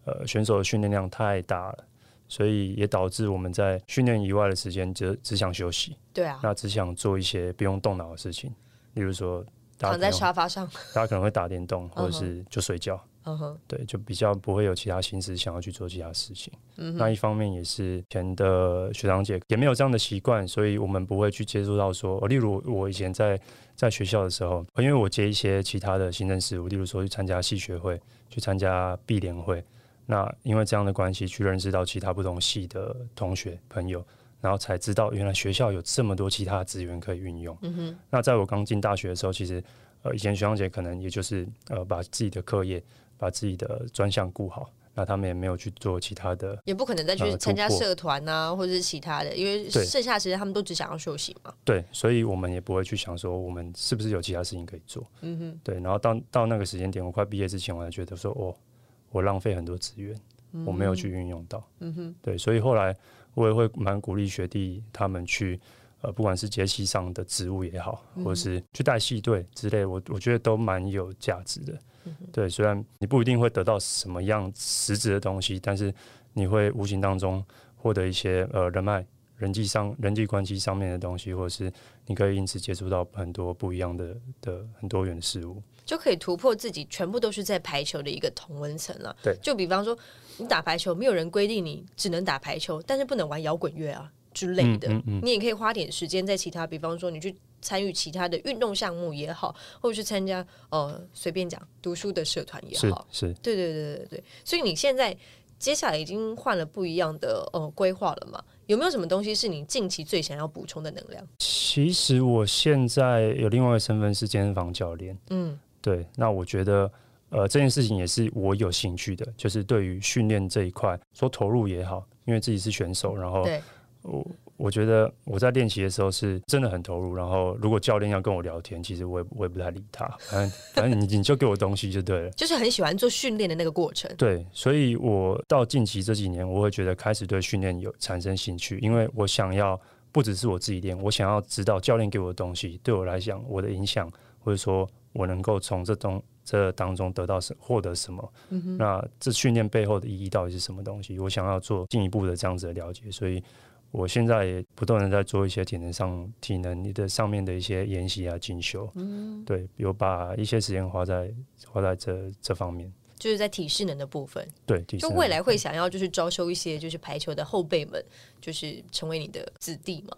[SPEAKER 2] 呃选手的训练量太大了，所以也导致我们在训练以外的时间只只想休息，
[SPEAKER 1] 对啊，
[SPEAKER 2] 那只想做一些不用动脑的事情，例如说大家
[SPEAKER 1] 躺在
[SPEAKER 2] 可能
[SPEAKER 1] 沙发上，
[SPEAKER 2] 大家可能会打电动，或者是就睡觉，
[SPEAKER 1] 嗯哼，
[SPEAKER 2] 对，就比较不会有其他心思想要去做其他事情。
[SPEAKER 1] 嗯
[SPEAKER 2] 那一方面也是以前的学长姐也没有这样的习惯，所以我们不会去接触到说，呃例如我以前在在学校的时候，哦因为我接一些其他的行政事务，例如说去参加系学会，去参加毕联会，那因为这样的关系去认识到其他不同系的同学朋友。然后才知道，原来学校有这么多其他的资源可以运用。
[SPEAKER 1] 嗯哼，
[SPEAKER 2] 那在我刚进大学的时候，其实呃，以前学长姐可能也就是呃，把自己的课业、把自己的专项顾好，那他们也没有去做其他的。
[SPEAKER 1] 也不可能再去
[SPEAKER 2] 呃
[SPEAKER 1] 参加
[SPEAKER 2] 突破
[SPEAKER 1] 社团啊，或者是其他的，因为
[SPEAKER 2] 对
[SPEAKER 1] 剩下的时间他们都只想要休息嘛。
[SPEAKER 2] 对，所以我们也不会去想说我们是不是有其他事情可以做。
[SPEAKER 1] 嗯哼，
[SPEAKER 2] 对，然后到到那个时间点，我快毕业之前，我还觉得说，哦，我浪费很多资源，我没有去运用到。嗯哼，对，所以后来我也会蛮鼓励学弟他们去，呃，不管是接系上的职务也好，或是去带系队之类，我我觉得都蛮有价值的。对，虽然你不一定会得到什么样实质的东西，但是你会无形当中获得一些呃人脉、人际上、人际关系上面的东西，或者是你可以因此接触到很多不一样的的很多元的事物。
[SPEAKER 1] 就可以突破自己全部都是在排球的一个同温层了。
[SPEAKER 2] 对
[SPEAKER 1] 就比方说你打排球，没有人规定你只能打排球，但是不能玩摇滚乐啊之类的。
[SPEAKER 2] 嗯
[SPEAKER 1] 你也可以花点时间在其他，比方说你去参与其他的运动项目也好，或者去参加呃随便讲读书的社团也
[SPEAKER 2] 是
[SPEAKER 1] 好。
[SPEAKER 2] 是，
[SPEAKER 1] 对对对对对，所以你现在接下来已经换了不一样的呃规划了嘛？有没有什么东西是你近期最想要补充的能量？
[SPEAKER 2] 其实我现在有另外一个身份是健身房教练。
[SPEAKER 1] 嗯，
[SPEAKER 2] 对，那我觉得呃这件事情也是我有兴趣的，就是对于训练这一块说投入也好，因为自己是选手，然
[SPEAKER 1] 嗯
[SPEAKER 2] 后
[SPEAKER 1] 对，
[SPEAKER 2] 我我觉得我在练习的时候是真的很投入，然后如果教练要跟我聊天，其实我也我也不太理他，反正反正你你就给我东西就对了。
[SPEAKER 1] 就是很喜欢做训练的那个过程。
[SPEAKER 2] 对，所以我到近期这几年，我会觉得开始对训练有产生兴趣，因为我想要不只是我自己练，我想要知道教练给我的东西对我来讲我的影响，或者说我能够从这东这当中得到什获得什么？
[SPEAKER 1] 嗯
[SPEAKER 2] 那这训练背后的意义到底是什么东西？我想要做进一步的这样子的了解，所以我现在也不断的在做一些体能上体能的上面的一些研习啊、进修。嗯，对，有把一些时间花在花在这这方面。
[SPEAKER 1] 就是在体适能的部分，
[SPEAKER 2] 对，提
[SPEAKER 1] 就
[SPEAKER 2] 升
[SPEAKER 1] 未来会想要就是招收一些就是排球的后辈们，就是成为你的子弟嘛。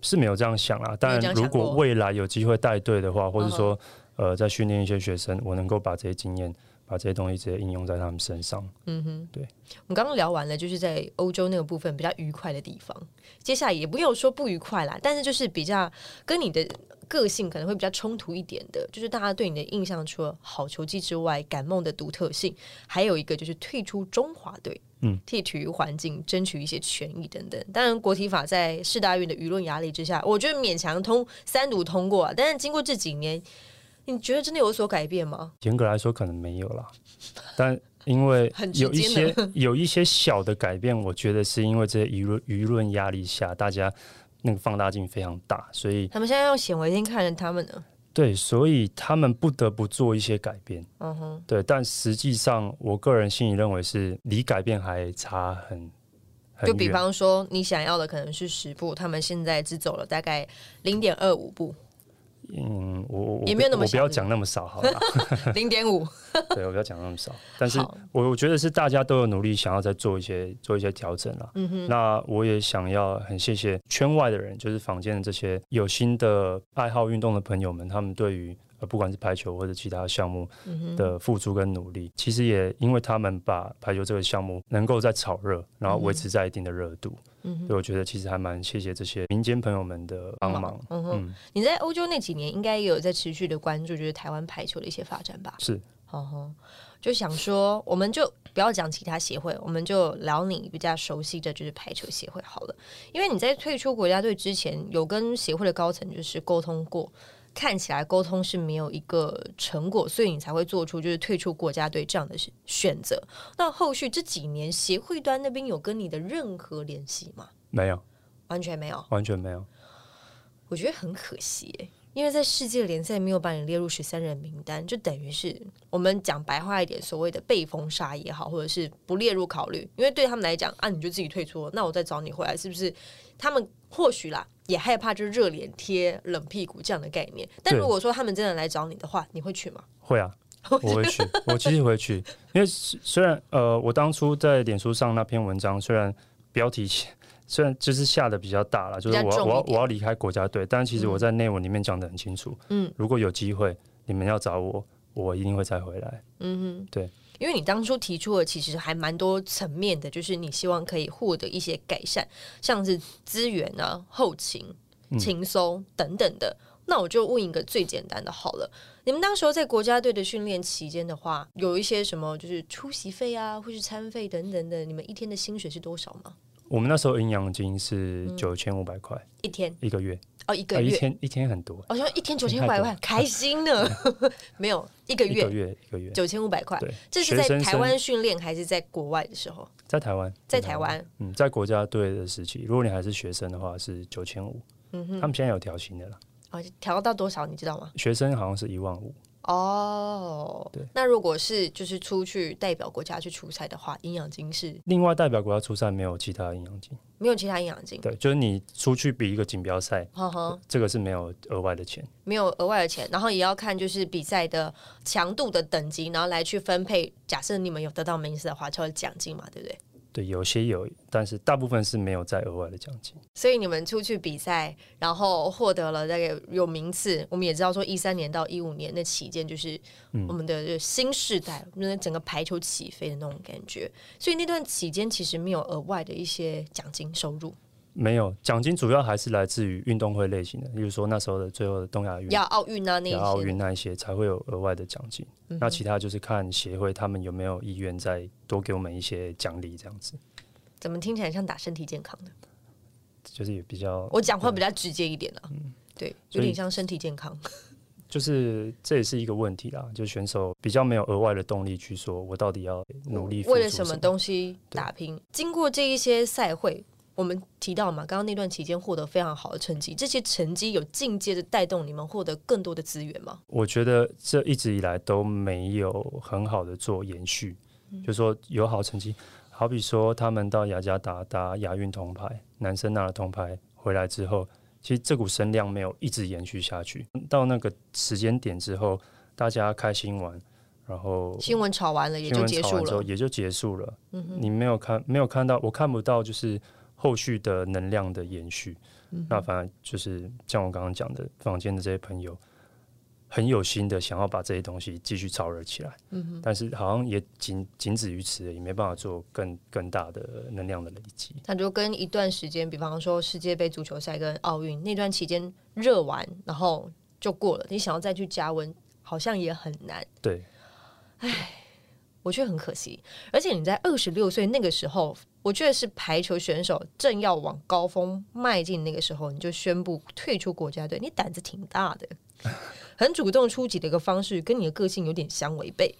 [SPEAKER 2] 是没有这样想啦。当
[SPEAKER 1] 没有
[SPEAKER 2] 然，
[SPEAKER 1] 这样
[SPEAKER 2] 如
[SPEAKER 1] 想过
[SPEAKER 2] 果未来有机会带队的话，或
[SPEAKER 1] 嗯
[SPEAKER 2] 者
[SPEAKER 1] 哼
[SPEAKER 2] 说呃，在训练一些学生，我能够把这些经验、把这些东西直接应用在他们身上。
[SPEAKER 1] 我们刚刚聊完了，就是在欧洲那个部分比较愉快的地方。接下来也没有说不愉快啦，但是就是比较跟你的个性可能会比较冲突一点的，就是大家对你的印象，除了好球技之外，感梦的独特性，还有一个就是退出中华队，
[SPEAKER 2] 嗯，
[SPEAKER 1] 替体育环境争取一些权益等等。当然，国体法在世大运的舆论压力之下，我觉得勉强通三读通过、啊，但是经过这几年。你觉得真的有所改变吗？
[SPEAKER 2] 严格来说，可能没有啦， 但因为
[SPEAKER 1] 很直
[SPEAKER 2] 有一
[SPEAKER 1] 接
[SPEAKER 2] 些有一些小的改变，我觉得是因为这些舆论舆论压力下，大家那个放大镜非常大，所以
[SPEAKER 1] 他们现在用显微镜看着他们呢。
[SPEAKER 2] 对，所以他们不得不做一些改变。
[SPEAKER 1] 嗯哼，
[SPEAKER 2] 对，但实际上，我个人心里认为是离改变还差很很
[SPEAKER 1] 就比
[SPEAKER 2] 远。
[SPEAKER 1] 方说，你想要的可能是十步，他们现在只走了大概零点二五 步，
[SPEAKER 2] 嗯，我我我
[SPEAKER 1] 也没有那么
[SPEAKER 2] 不我不
[SPEAKER 1] 小
[SPEAKER 2] 要
[SPEAKER 1] 是不是
[SPEAKER 2] 讲那么少 好了，
[SPEAKER 1] 零点五。
[SPEAKER 2] 对我不要讲那么少。但是
[SPEAKER 1] 好
[SPEAKER 2] 我我觉得是大家都有努力，想要再做一些做一些调整啦。嗯哼。那我也想要很谢谢圈外的人，就是坊间的这些有心的爱好运动的朋友们，他们对于呃不管是排球或者其他项目
[SPEAKER 1] 嗯
[SPEAKER 2] 的付出跟努力，其实也因为他们把排球这个项目能够在炒热，然
[SPEAKER 1] 嗯
[SPEAKER 2] 后维持在一定的热度。嗯对，我觉得其实还蛮谢谢这些民间朋友们的帮忙。
[SPEAKER 1] 嗯哼，你在欧洲那几年应该也有在持续的关注，就是台湾排球的一些发展吧？
[SPEAKER 2] 是，
[SPEAKER 1] 哦吼，就想说，我们就不要讲其他协会，我们就聊你比较熟悉的就是排球协会好了。因为你在退出国家队之前，有跟协会的高层就是沟通过，看起来沟通是没有一个成果，所以你才会做出就是退出国家队这样的选择。那后续这几年，协会端那边有跟你的任何联系吗？
[SPEAKER 2] 没有，
[SPEAKER 1] 完全没有，
[SPEAKER 2] 完全没有。
[SPEAKER 1] 我觉得很可惜耶因为在世界联赛没有把你列入十三人名单，就等于是我们讲白话一点，所谓的被封杀也好，或者是不列入考虑，因为对他们来讲啊，你就自己退出了，那我再找你回来，是不是？他们或许啦，也害怕就是热脸贴冷屁股这样的概念。但
[SPEAKER 2] 对
[SPEAKER 1] 如果说他们真的来找你的话，你会去吗？
[SPEAKER 2] 会啊，我会去，我其实会去，因为虽虽然呃，我当初在脸书上那篇文章，虽然标题写虽然就是下的比较大了，就是
[SPEAKER 1] 比
[SPEAKER 2] 我
[SPEAKER 1] 较
[SPEAKER 2] 要
[SPEAKER 1] 重
[SPEAKER 2] 我
[SPEAKER 1] 一
[SPEAKER 2] 要我
[SPEAKER 1] 点嗯
[SPEAKER 2] 要离开国家队，但其实我在内文里面讲的很清楚，嗯，如果有机会你们要找我，我一定会再回来，
[SPEAKER 1] 因为你当初提出的其实还蛮多层面的，就是你希望可以获得一些改善，像是资源啊、后勤、情搜等等的。那我就问一个最简单的好了，你们当时候在国家队的训练期间的话，有一些什么就是出席费啊，或是餐费等等的，你们一天的薪水是多少吗？
[SPEAKER 2] 我们那时候营养金是九千五百块
[SPEAKER 1] 一天
[SPEAKER 2] 一个月，
[SPEAKER 1] 哦，一
[SPEAKER 2] 啊
[SPEAKER 1] 嗯个
[SPEAKER 2] 一
[SPEAKER 1] 月，
[SPEAKER 2] 天一天很多，
[SPEAKER 1] 好像、一天九千五百
[SPEAKER 2] 太多
[SPEAKER 1] 块，开心呢？ 没有，嗯一个
[SPEAKER 2] 一
[SPEAKER 1] 月
[SPEAKER 2] 个月一个月，
[SPEAKER 1] 九千五百块，
[SPEAKER 2] 对，
[SPEAKER 1] 这是
[SPEAKER 2] 学
[SPEAKER 1] 在
[SPEAKER 2] 生
[SPEAKER 1] 台
[SPEAKER 2] 生
[SPEAKER 1] 湾训练还是在国外的时候？
[SPEAKER 2] 在台湾，
[SPEAKER 1] 在台湾，
[SPEAKER 2] 嗯，在国家队的时期，如果你还是学生的话是九千五，
[SPEAKER 1] 嗯
[SPEAKER 2] 他们现在有调薪的了。
[SPEAKER 1] 哦，调到多少你知道吗？
[SPEAKER 2] 学生好像是一万五，
[SPEAKER 1] 哦，那如果是就是出去代表国家去出差的话，营养金是
[SPEAKER 2] 另外代表国家出赛没有其他营养金，
[SPEAKER 1] 没有其他营养金，
[SPEAKER 2] 对，就是你出去比一个锦标赛，
[SPEAKER 1] 呵呵，
[SPEAKER 2] 这个是没有额外的钱，
[SPEAKER 1] 没有额外的钱，然后也要看就是比赛的强度的等级，然后来去分配。假设你们有得到名次的话，就有奖金嘛，对不对？
[SPEAKER 2] 对，有些有，但是大部分是没有再额外的奖金，
[SPEAKER 1] 所以你们出去比赛，然后获得了大概有名次。我们也知道说，一三年到一五年那期间，就是我
[SPEAKER 2] 嗯
[SPEAKER 1] 们的新时代，我们的整个排球起飞的那种感觉。所以那段期间其实没有额外的一些奖金收入。
[SPEAKER 2] 没有奖金主要还是来自于运动会类型的，例如说那时候的最后的东亚运。
[SPEAKER 1] 要奥运啊那一
[SPEAKER 2] 亚嗯奥
[SPEAKER 1] 些嗯
[SPEAKER 2] 运那一些才会有额外的奖金，那其他就是看协会他们有没有意愿再多给我们一些奖励，这样子
[SPEAKER 1] 怎么听起来像打身体健
[SPEAKER 2] 嗯
[SPEAKER 1] 康的？
[SPEAKER 2] 就是也比较，
[SPEAKER 1] 我讲话比较直接一点啊，对，有
[SPEAKER 2] 嗯所以
[SPEAKER 1] 点像身体健康。
[SPEAKER 2] 就是这也是一个问题啦，就选手比较没有额外的动力去说我到底要努力付
[SPEAKER 1] 为了
[SPEAKER 2] 出
[SPEAKER 1] 什
[SPEAKER 2] 什
[SPEAKER 1] 么
[SPEAKER 2] 么
[SPEAKER 1] 东西打拼？经过这一些赛会，我们提到嘛，刚刚那段期间获得非常好的成绩，这些成绩有间接的带动你们获得更多的资源吗？
[SPEAKER 2] 我觉得这一直以来都没有很好的做延续，
[SPEAKER 1] 嗯
[SPEAKER 2] 就说有好成绩，好比说他们到雅加达打亚运铜牌，男生拿了铜牌回来之后，其实这股声量没有一直延续下去。到那个时间点之后，大家开心玩，然后
[SPEAKER 1] 新闻炒完了也
[SPEAKER 2] 新
[SPEAKER 1] 就
[SPEAKER 2] 闻
[SPEAKER 1] 结
[SPEAKER 2] 炒
[SPEAKER 1] 束
[SPEAKER 2] 完之后
[SPEAKER 1] 了，嗯
[SPEAKER 2] 也就结束了。你没有看没有看到，我看不到就是后续的能量的延续。
[SPEAKER 1] 嗯
[SPEAKER 2] 那反而就是像我刚刚讲的，坊间的这些朋友很有心的想要把这些东西继续炒热起来，
[SPEAKER 1] 嗯
[SPEAKER 2] 但是好像也仅仅止于此而已，也没办法做更更大的能量的累积。
[SPEAKER 1] 那就跟一段时间，比方说世界杯足球赛跟奥运那段期间热完，然后就过了，你想要再去加温，好像也很难。
[SPEAKER 2] 对，
[SPEAKER 1] 我觉得很可惜。而且你在二十六岁那个时候，我觉得是排球选手正要往高峰迈进那个时候，你就宣布退出国家队，你胆子挺大的，很主动出击的一个方式，跟你的个性有点相违背。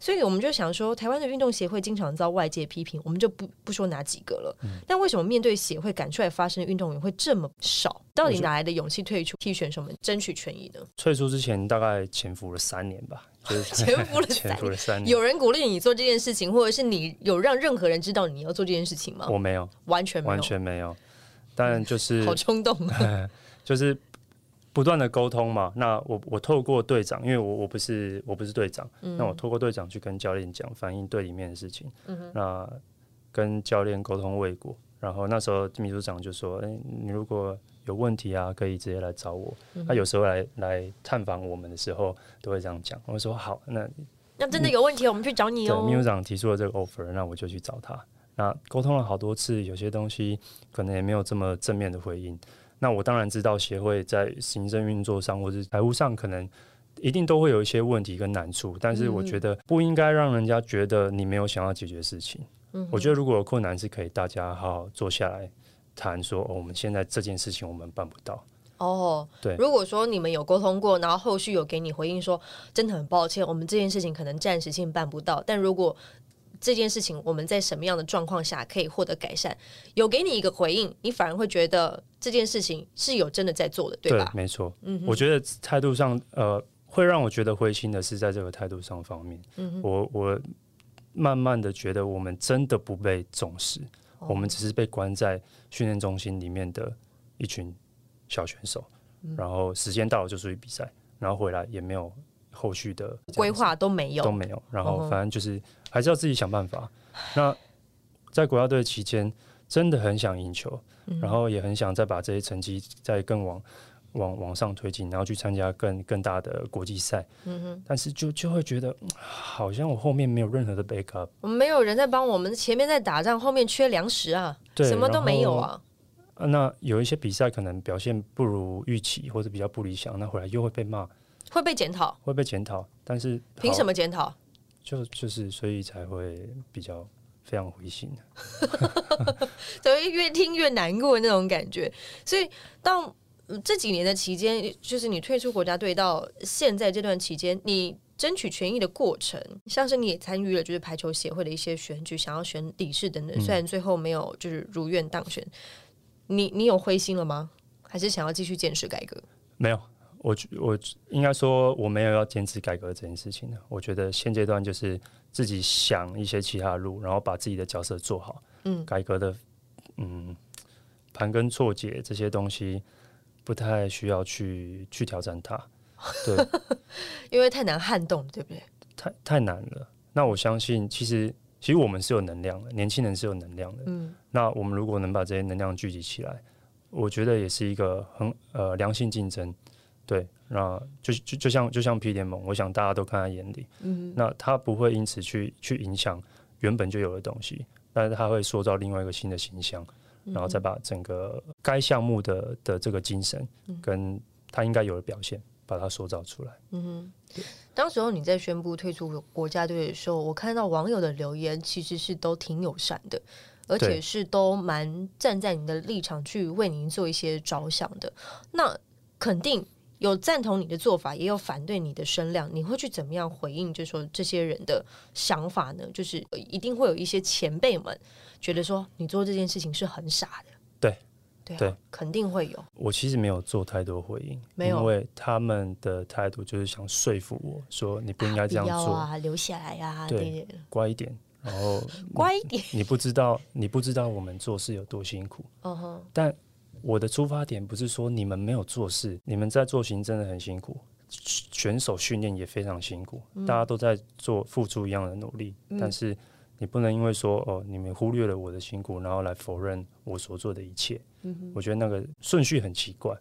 [SPEAKER 1] 所以我们就想说，台湾的运动协会经常遭外界批评，我们就不不说哪几个了。但为什么面对协会赶出来发声的运动员会这么少？到底哪来的勇气退出，替选手们争取权益呢？
[SPEAKER 2] 退出之前大概潜伏了三年吧，就是
[SPEAKER 1] 潜伏了三
[SPEAKER 2] 潜伏了三年，
[SPEAKER 1] 有人鼓励你做这件事情，或者是你有让任何人知道你要做这件事情吗？
[SPEAKER 2] 我没有，
[SPEAKER 1] 完全没有，
[SPEAKER 2] 完全没有，但就是
[SPEAKER 1] 好冲 动啊！
[SPEAKER 2] 就是不断的沟通嘛。那我我透过队长，因为我我不是我不是队长，那我透过队长去跟教练讲反映队里面的事情，那跟教练沟通未果。然后那时候秘书长就说：“哎、你如果有问题啊，可以直接来找我。他有时候来来探访我们的时候，都会这样讲。我说：“好，那
[SPEAKER 1] 那真的有问题，我们去找你
[SPEAKER 2] 对，
[SPEAKER 1] 哦。
[SPEAKER 2] 秘书长提出了这个 offer，那我就去找他。那沟通了好多次，有些东西可能也没有这么正面的回应。那我当然知道协会在行政运作上或是财务上可能一定都会有一些问题跟难处，但是
[SPEAKER 1] 嗯
[SPEAKER 2] 我觉得不应该让人家觉得你没有想要解决事情。
[SPEAKER 1] 嗯
[SPEAKER 2] 我觉得如果有困难，是可以大家好好坐下来谈说，哦，我们现在这件事情我们办不到。
[SPEAKER 1] 哦，
[SPEAKER 2] 对
[SPEAKER 1] 如果说你们有沟通过，然后后续有给你回应说，真的很抱歉，我们这件事情可能暂时性办不到，但如果这件事情我们在什么样的状况下可以获得改善，有给你一个回应，你反而会觉得这件事情是有真的在做的，对吧？嗯
[SPEAKER 2] 没错。我觉得态度上，呃，会让我觉得灰心的是在这个态度上方面。
[SPEAKER 1] 嗯
[SPEAKER 2] 我我慢慢的觉得我们真的不被重视，
[SPEAKER 1] 哦
[SPEAKER 2] 我们只是被关在训练中心里面的一群小选手，
[SPEAKER 1] 嗯
[SPEAKER 2] 然后时间到了就出去比赛，然后回来也没有后续的
[SPEAKER 1] 规划都没有
[SPEAKER 2] 都，没有，然后反正就是还是要自己想办法。那在国家队期间，真的很想赢球，然后也很想再把这些成绩再更往往往上推进，然后去参加更更大的国际赛。但是就就会觉得嗯好像我后面没有任何的 backup，
[SPEAKER 1] 我们没有人在帮我们，前面在打仗，后面缺粮食啊，
[SPEAKER 2] 对
[SPEAKER 1] 什么都没有啊。
[SPEAKER 2] 啊那有一些比赛可能表现不如预期或者比较不理想，那回来又会被骂，
[SPEAKER 1] 会被检讨，
[SPEAKER 2] 会被检讨。但是
[SPEAKER 1] 凭什
[SPEAKER 2] 么？
[SPEAKER 1] 么检讨？
[SPEAKER 2] 就就是所以才会比较非常灰心。
[SPEAKER 1] 怎么越听越难过那种感觉？所以到呃这几年的期间，就是你退出国家队到现在这段期间，你争取权益的过程，像是你也参与了就是排球协会的一些选举，想要选理事等等，虽然最后没有就是如愿当选，你你有灰心了吗？还是想要继续坚持改革？
[SPEAKER 2] 没有，我觉我应该说我没有要坚持改革这件事情的。我觉得现阶段就是自己想一些其他的路，然后把自己的角色做好。嗯，改革的嗯盘根错节这些东西不太需要去去挑战它，对，
[SPEAKER 1] 因为太难撼动了，对不对？
[SPEAKER 2] 太太难了。那我相信，其实其实我们是有能量的，年轻人是有能量的。嗯，那我们如果能把这些能量聚集起来，我觉得也是一个很呃良性竞争。对，那就就就像就像 P 联盟，我想大家都看在眼里。嗯，那他不会因此去去影响原本就有的东西，但是他会塑造另外一个新的形象，然后再把整个该项目的的这个精神跟他应该有的表现，把它塑造出来。
[SPEAKER 1] 当时候你在宣布退出国家队的时候，我看到网友的留言其实是都挺友善的，而且
[SPEAKER 2] 对
[SPEAKER 1] 是都蛮站在你的立场去为您做一些着想的。那肯定有赞同你的做法，也有反对你的声量，你会去怎么样回应？就说这些人的想法呢？就是呃一定会有一些前辈们觉得说你做这件事情是很傻的，
[SPEAKER 2] 对
[SPEAKER 1] 对啊，
[SPEAKER 2] 对
[SPEAKER 1] 肯定会有，
[SPEAKER 2] 我其实没有做太多回应，
[SPEAKER 1] 没有
[SPEAKER 2] 因为他们的态度就是想说服我说你不应该这样
[SPEAKER 1] 啊
[SPEAKER 2] 做，
[SPEAKER 1] 不要啊，留下来啊，
[SPEAKER 2] 对
[SPEAKER 1] 对对，
[SPEAKER 2] 乖一点，然后
[SPEAKER 1] 乖一点，
[SPEAKER 2] 你不知道你不知道我们做事有多辛苦。
[SPEAKER 1] 嗯哼，
[SPEAKER 2] 但我的出发点不是说你们没有做事，你们在做行真的很辛苦，选手训练也非常辛苦，
[SPEAKER 1] 嗯
[SPEAKER 2] 大家都在做付出一样的努力，但是你不能因为说哦，你们忽略了我的辛苦，然后来否认我所做的一切。我觉得那个顺序很奇怪。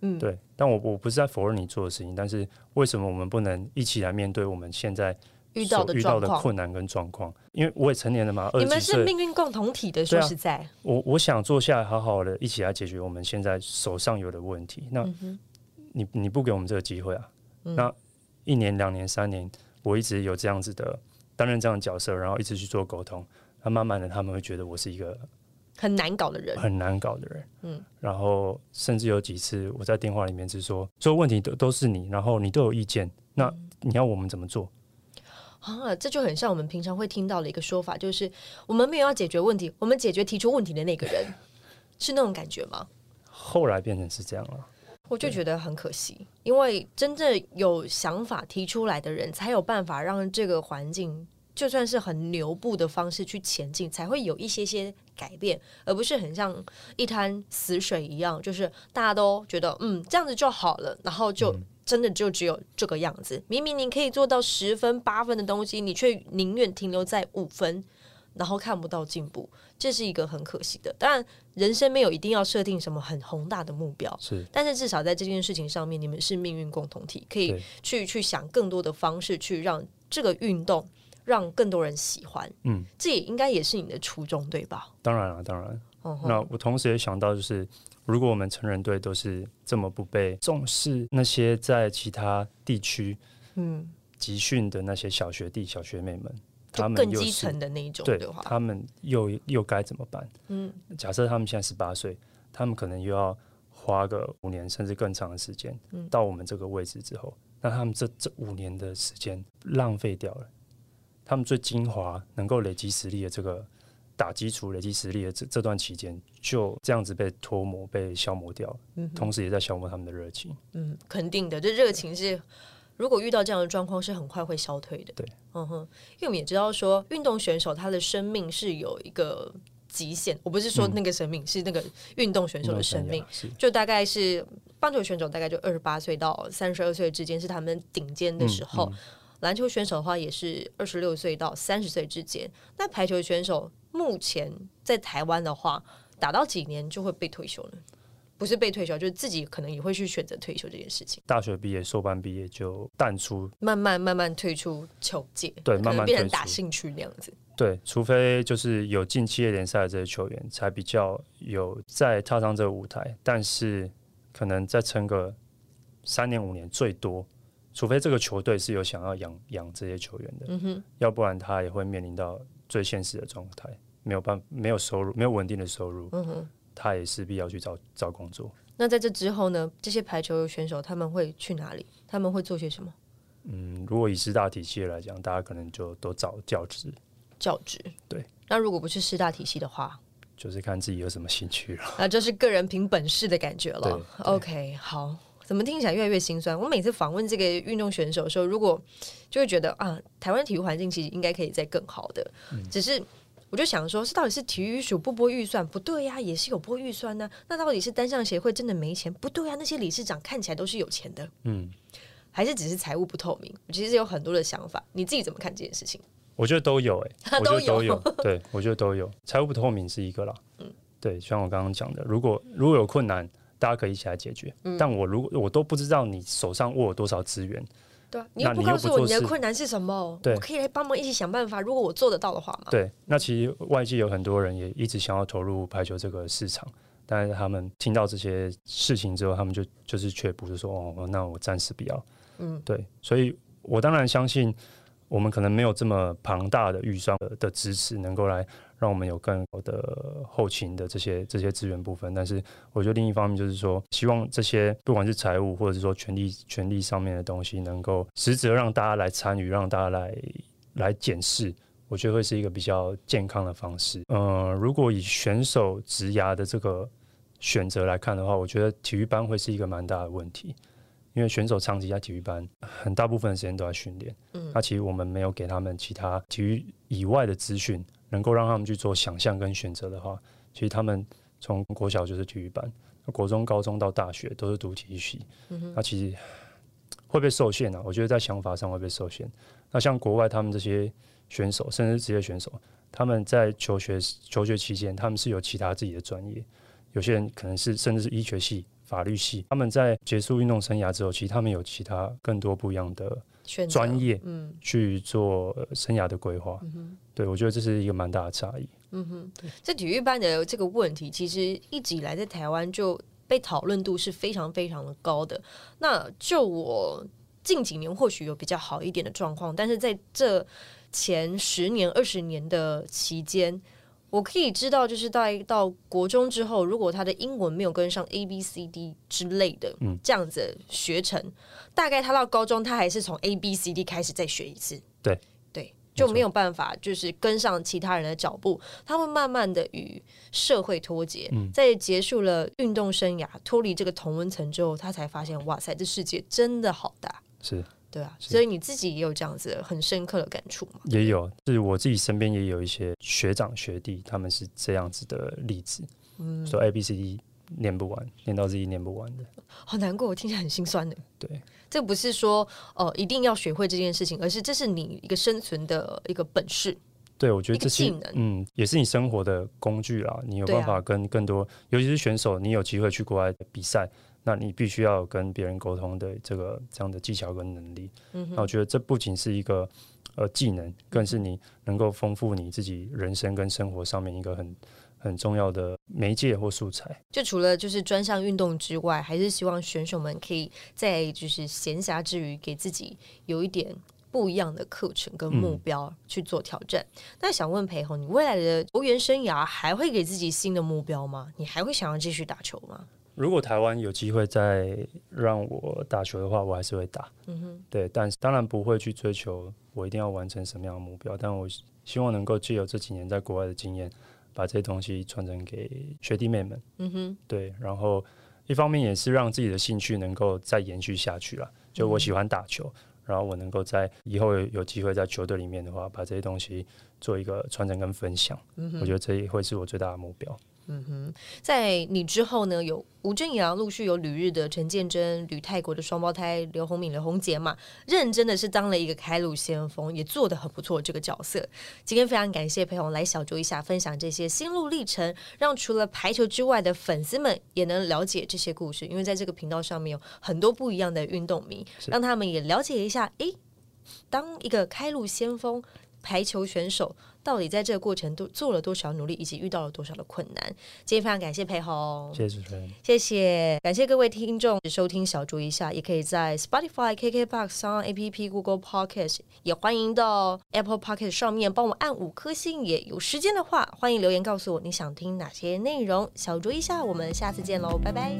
[SPEAKER 1] 嗯
[SPEAKER 2] 对，但我我不是在否认你做的事情，但是为什么我们不能一起来面对我们现在
[SPEAKER 1] 遇到
[SPEAKER 2] 所
[SPEAKER 1] 的
[SPEAKER 2] 遇到
[SPEAKER 1] 状
[SPEAKER 2] 的
[SPEAKER 1] 况，
[SPEAKER 2] 困难跟状况？因为我也成年了嘛，
[SPEAKER 1] 你
[SPEAKER 2] 二十几
[SPEAKER 1] 们
[SPEAKER 2] 岁
[SPEAKER 1] 是，命运共同体的，
[SPEAKER 2] 对
[SPEAKER 1] 说
[SPEAKER 2] 啊
[SPEAKER 1] 实在，
[SPEAKER 2] 我我想坐下来好好的一起来解决我们现在手上有的问题。
[SPEAKER 1] 嗯
[SPEAKER 2] 那、你你不给我们这个机会啊？那一年、两年、三年，我一直有这样子的担任这样的角色，然后一直去做沟通。那慢慢的，他们会觉得我是一个
[SPEAKER 1] 很难搞的人，
[SPEAKER 2] 很难搞的人，嗯，然后甚至有几次我在电话里面是说，所有问题都都是你，然后你都有意见，那
[SPEAKER 1] 嗯
[SPEAKER 2] 你要我们怎么做？
[SPEAKER 1] 啊，这就很像我们平常会听到的一个说法，就是我们没有要解决问题，我们解决提出问题的那个人，是那种感觉吗？
[SPEAKER 2] 后来变成是这样了，
[SPEAKER 1] 我就觉得很可惜，因为真正有想法提出来的人，才有办法让这个环境，就算是很牛步的方式去前进，才会有一些些改变，而不是很像一滩死水一样，就是大家都觉得嗯这样子就好了，然后就。真的就只有这个样子。明明你可以做到十分、八分的东西，你却宁愿停留在五分，然后看不到进步，这是一个很可惜的。当然，人生没有一定要设定什么很宏大的目标，
[SPEAKER 2] 是
[SPEAKER 1] 但是至少在这件事情上面，你们是命运共同体，可以
[SPEAKER 2] 对
[SPEAKER 1] 去去想更多的方式去让这个运动让更多人喜欢。
[SPEAKER 2] 嗯，
[SPEAKER 1] 这也应该也是你的初衷，对吧？
[SPEAKER 2] 当然了，当然。
[SPEAKER 1] 嗯哼
[SPEAKER 2] 那我同时也想到，就是如果我们成人队都是这么不被重视，那些在其他地区
[SPEAKER 1] 嗯，
[SPEAKER 2] 集训的那些小学弟、小学妹们，
[SPEAKER 1] 就
[SPEAKER 2] 他们
[SPEAKER 1] 更
[SPEAKER 2] 又
[SPEAKER 1] 基
[SPEAKER 2] 是
[SPEAKER 1] 层的那一种
[SPEAKER 2] 对
[SPEAKER 1] 的话，
[SPEAKER 2] 他们又又该怎么办？
[SPEAKER 1] 嗯，
[SPEAKER 2] 假设他们现在十八岁，他们可能又要花个五年甚至更长的时间，
[SPEAKER 1] 嗯
[SPEAKER 2] 到我们这个位置之后，那他们这这五年的时间浪费掉了，他们最精华能够累积实力的这个打基础、累积实力的这这段期间，就这样子被脱模、被消磨掉了，同时也在消磨他们的热情。
[SPEAKER 1] 嗯，肯定的，这热情是。如果遇到这样的状况，是很快会消退的。
[SPEAKER 2] 对，
[SPEAKER 1] 嗯哼，因为我们也知道说，运动选手他的生命是有一个极限。我不是
[SPEAKER 2] 嗯
[SPEAKER 1] 说那个生命，是那个运动选手的生命。
[SPEAKER 2] 是
[SPEAKER 1] 就大概是棒球选手大概就二十八岁到三十二岁之间是他们顶尖的时
[SPEAKER 2] 嗯
[SPEAKER 1] 候，篮球选手的话也是二十六岁到三十岁之间。那排球选手目前在台湾的话，打到几年就会被退休呢？不是被退休，就是自己可能也会去选择退休这件事情，
[SPEAKER 2] 大学毕业、硕班毕业就淡出
[SPEAKER 1] 慢慢慢慢退出球界，
[SPEAKER 2] 对
[SPEAKER 1] 可能
[SPEAKER 2] 慢慢
[SPEAKER 1] 变成
[SPEAKER 2] 退出
[SPEAKER 1] 打兴趣那样子。
[SPEAKER 2] 对，除非就是有进企业联赛的这些球员，才比较有再踏上这个舞台。但是可能再撑个三年五年最多，除非这个球队是有想要养养这些球员的，要不然他也会面临到最现实的状态，没有办没有收入，没有稳定的收入，他也势必要去找找工作。
[SPEAKER 1] 那在这之后呢，这些排球选手他们会去哪里？他们会做些什么？
[SPEAKER 2] 嗯，如果以师大体系来讲，大家可能就都找教职，
[SPEAKER 1] 教职。
[SPEAKER 2] 对。
[SPEAKER 1] 那如果不是师大体系的话，
[SPEAKER 2] 就是看自己有什么兴趣了。
[SPEAKER 1] 啊，就是个人凭本事的感觉
[SPEAKER 2] 对
[SPEAKER 1] 了
[SPEAKER 2] 对。
[SPEAKER 1] OK，好，怎么听起来越来越心酸？我每次访问这个运动选手的时候，如果就会觉得啊，台湾体育环境其实应该可以再更好的，
[SPEAKER 2] 嗯
[SPEAKER 1] 只是。我就想说，是到底是体育署不拨预算？不对呀、也是有拨预算呢、那到底是单项协会真的没钱？不对呀、啊那些理事长看起来都是有钱的，
[SPEAKER 2] 嗯，
[SPEAKER 1] 还是只是财务不透明？我其实有很多的想法，你自己怎么看这件事情？，
[SPEAKER 2] 我觉得都 有、欸，哎我觉
[SPEAKER 1] 都
[SPEAKER 2] 得都
[SPEAKER 1] 有
[SPEAKER 2] 有，嗯对我觉得都有。财务不透明是一个啦，对，就像我刚刚讲的，如果如果有困难，大家可以一起来解决。但我如果我都不知道你手上握有多少资源，
[SPEAKER 1] 对、啊，你
[SPEAKER 2] 那
[SPEAKER 1] 又不
[SPEAKER 2] 你又
[SPEAKER 1] 告
[SPEAKER 2] 不
[SPEAKER 1] 诉我
[SPEAKER 2] 做
[SPEAKER 1] 你的
[SPEAKER 2] 事
[SPEAKER 1] 困难是什么，
[SPEAKER 2] 对
[SPEAKER 1] 我可以来帮忙一起想办法。如果我做得到的话嘛，
[SPEAKER 2] 对，那其实外界有很多人也一直想要投入排球这个市场，但是他们听到这些事情之后，他们就就是却步，就说哦，那我暂时不要。
[SPEAKER 1] 嗯，
[SPEAKER 2] 对，所以我当然相信，我们可能没有这么庞大的预算的的支持，能够来让我们有更好的后勤的这些这些资源部分。但是我觉得另一方面就是说，希望这些不管是财务或者是说权力权力上面的东西，能够实质地让大家来参与，让大家来来检视。我觉得会是一个比较健康的方式。呃，如果以选手职涯的这个选择来看的话，我觉得体育班会是一个蛮大的问题，因为选手长期在体育班，很大部分的时间都在训练。嗯，那其实我们没有给他们其他体育以外的资讯，能够让他们去做想象跟选择的话，其实他们从国小就是体育班，国中、高中到大学都是读体育系，那其实会被受限啊。我觉得在想法上会被受限。那像国外他们这些选手，甚至职业选手，他们在求学求学期间，他们是有其他自己的专业，有些人可能是甚至是医学系、法律系，他们在结束运动生涯之后，其实他们有其他更多不一样的
[SPEAKER 1] 选择
[SPEAKER 2] 专业
[SPEAKER 1] 嗯
[SPEAKER 2] 去做呃生涯的规划。对我觉得这是一个蛮大的差异。
[SPEAKER 1] 这体育班的这个问题，其实一直以来在台湾就被讨论度是非常非常的高的。那就我近几年或许有比较好一点的状况，但是在这前十年、二十年的期间。我可以知道，就是在到国中之后，如果他的英文没有跟上 A B C D 之类的这样子的学程，大概他到高中，他还是从 A B C D 开始再学一次。
[SPEAKER 2] 对
[SPEAKER 1] 对，
[SPEAKER 2] 错
[SPEAKER 1] 就没有办法就是跟上其他人的脚步，他会慢慢的与社会脱节。
[SPEAKER 2] 嗯
[SPEAKER 1] 在结束了运动生涯，脱离这个同温层之后，他才发现，哇塞，这世界真的好大。
[SPEAKER 2] 是
[SPEAKER 1] 对啊，所以你自己也有这样子很深刻的感触嘛？
[SPEAKER 2] 也有，就是我自己身边也有一些学长学弟，他们是这样子的例子，嗯，说 A B C D 念不完，念到自己念不完的，
[SPEAKER 1] 好难过，我听起来很心酸的。
[SPEAKER 2] 对，
[SPEAKER 1] 这不是说呃一定要学会这件事情，而是这是你一个生存的一个本事。
[SPEAKER 2] 对我觉得这
[SPEAKER 1] 一
[SPEAKER 2] 是
[SPEAKER 1] 个技能
[SPEAKER 2] 嗯，也是你生活的工具啦，你有
[SPEAKER 1] 对啊
[SPEAKER 2] 办法跟更多，尤其是选手，你有机会去国外比赛，那你必须要有跟别人沟通的这个这样的技巧跟能力，嗯，那我觉得这不仅是一个呃技能，更是你能够丰富你自己人生跟生活上面一个很很重要的媒介或素材。
[SPEAKER 1] 就除了就是专项运动之外，还是希望选手们可以在就是闲暇之余，给自己有一点不一样的课程跟目标去做挑战。那想问裴红，你未来的球员生涯还会给自己新的目标吗？你还会想要继续打球吗？
[SPEAKER 2] 如果台湾有机会再让我打球的话，我还是会打。嗯哼，对，但是当然不会去追求我一定要完成什么样的目标，但我希望能够借由这几年在国外的经验，把这些东西传承给学弟妹们。嗯哼，对，然后一方面也是让自己的兴趣能够再延续下去啦。就我喜欢打球，然后我能够在以后有有机会在球队里面的话，把这些东西做一个传承跟分享。嗯我觉得这也会是我最大的目标。
[SPEAKER 1] 在你之后呢，有吴镇阳陆续有旅日的陈建真、吕泰国的双胞胎刘宏敏、刘宏杰嘛，认真的是当了一个开路先锋，也做得很不错这个角色。今天非常感谢裴红来小酌一下，分享这些心路历程，让除了排球之外的粉丝们也能了解这些故事，因为在这个频道上面有很多不一样的运动迷，让他们也了解一下，诶，当一个开路先锋。排球选手到底在这个过程都做了多少努力，以及遇到了多少的困难？今天非常感谢裴红，
[SPEAKER 2] 谢谢主持人。
[SPEAKER 1] 谢谢，感谢各位听众收听小酌一下，也可以在 Spotify、KKBox、s o n APP、Google Podcast，也欢迎到 Apple Podcast 上面帮我按五颗星。也有时间的话，欢迎留言告诉我你想听哪些内容。小酌一下，我们下次见喽，拜拜。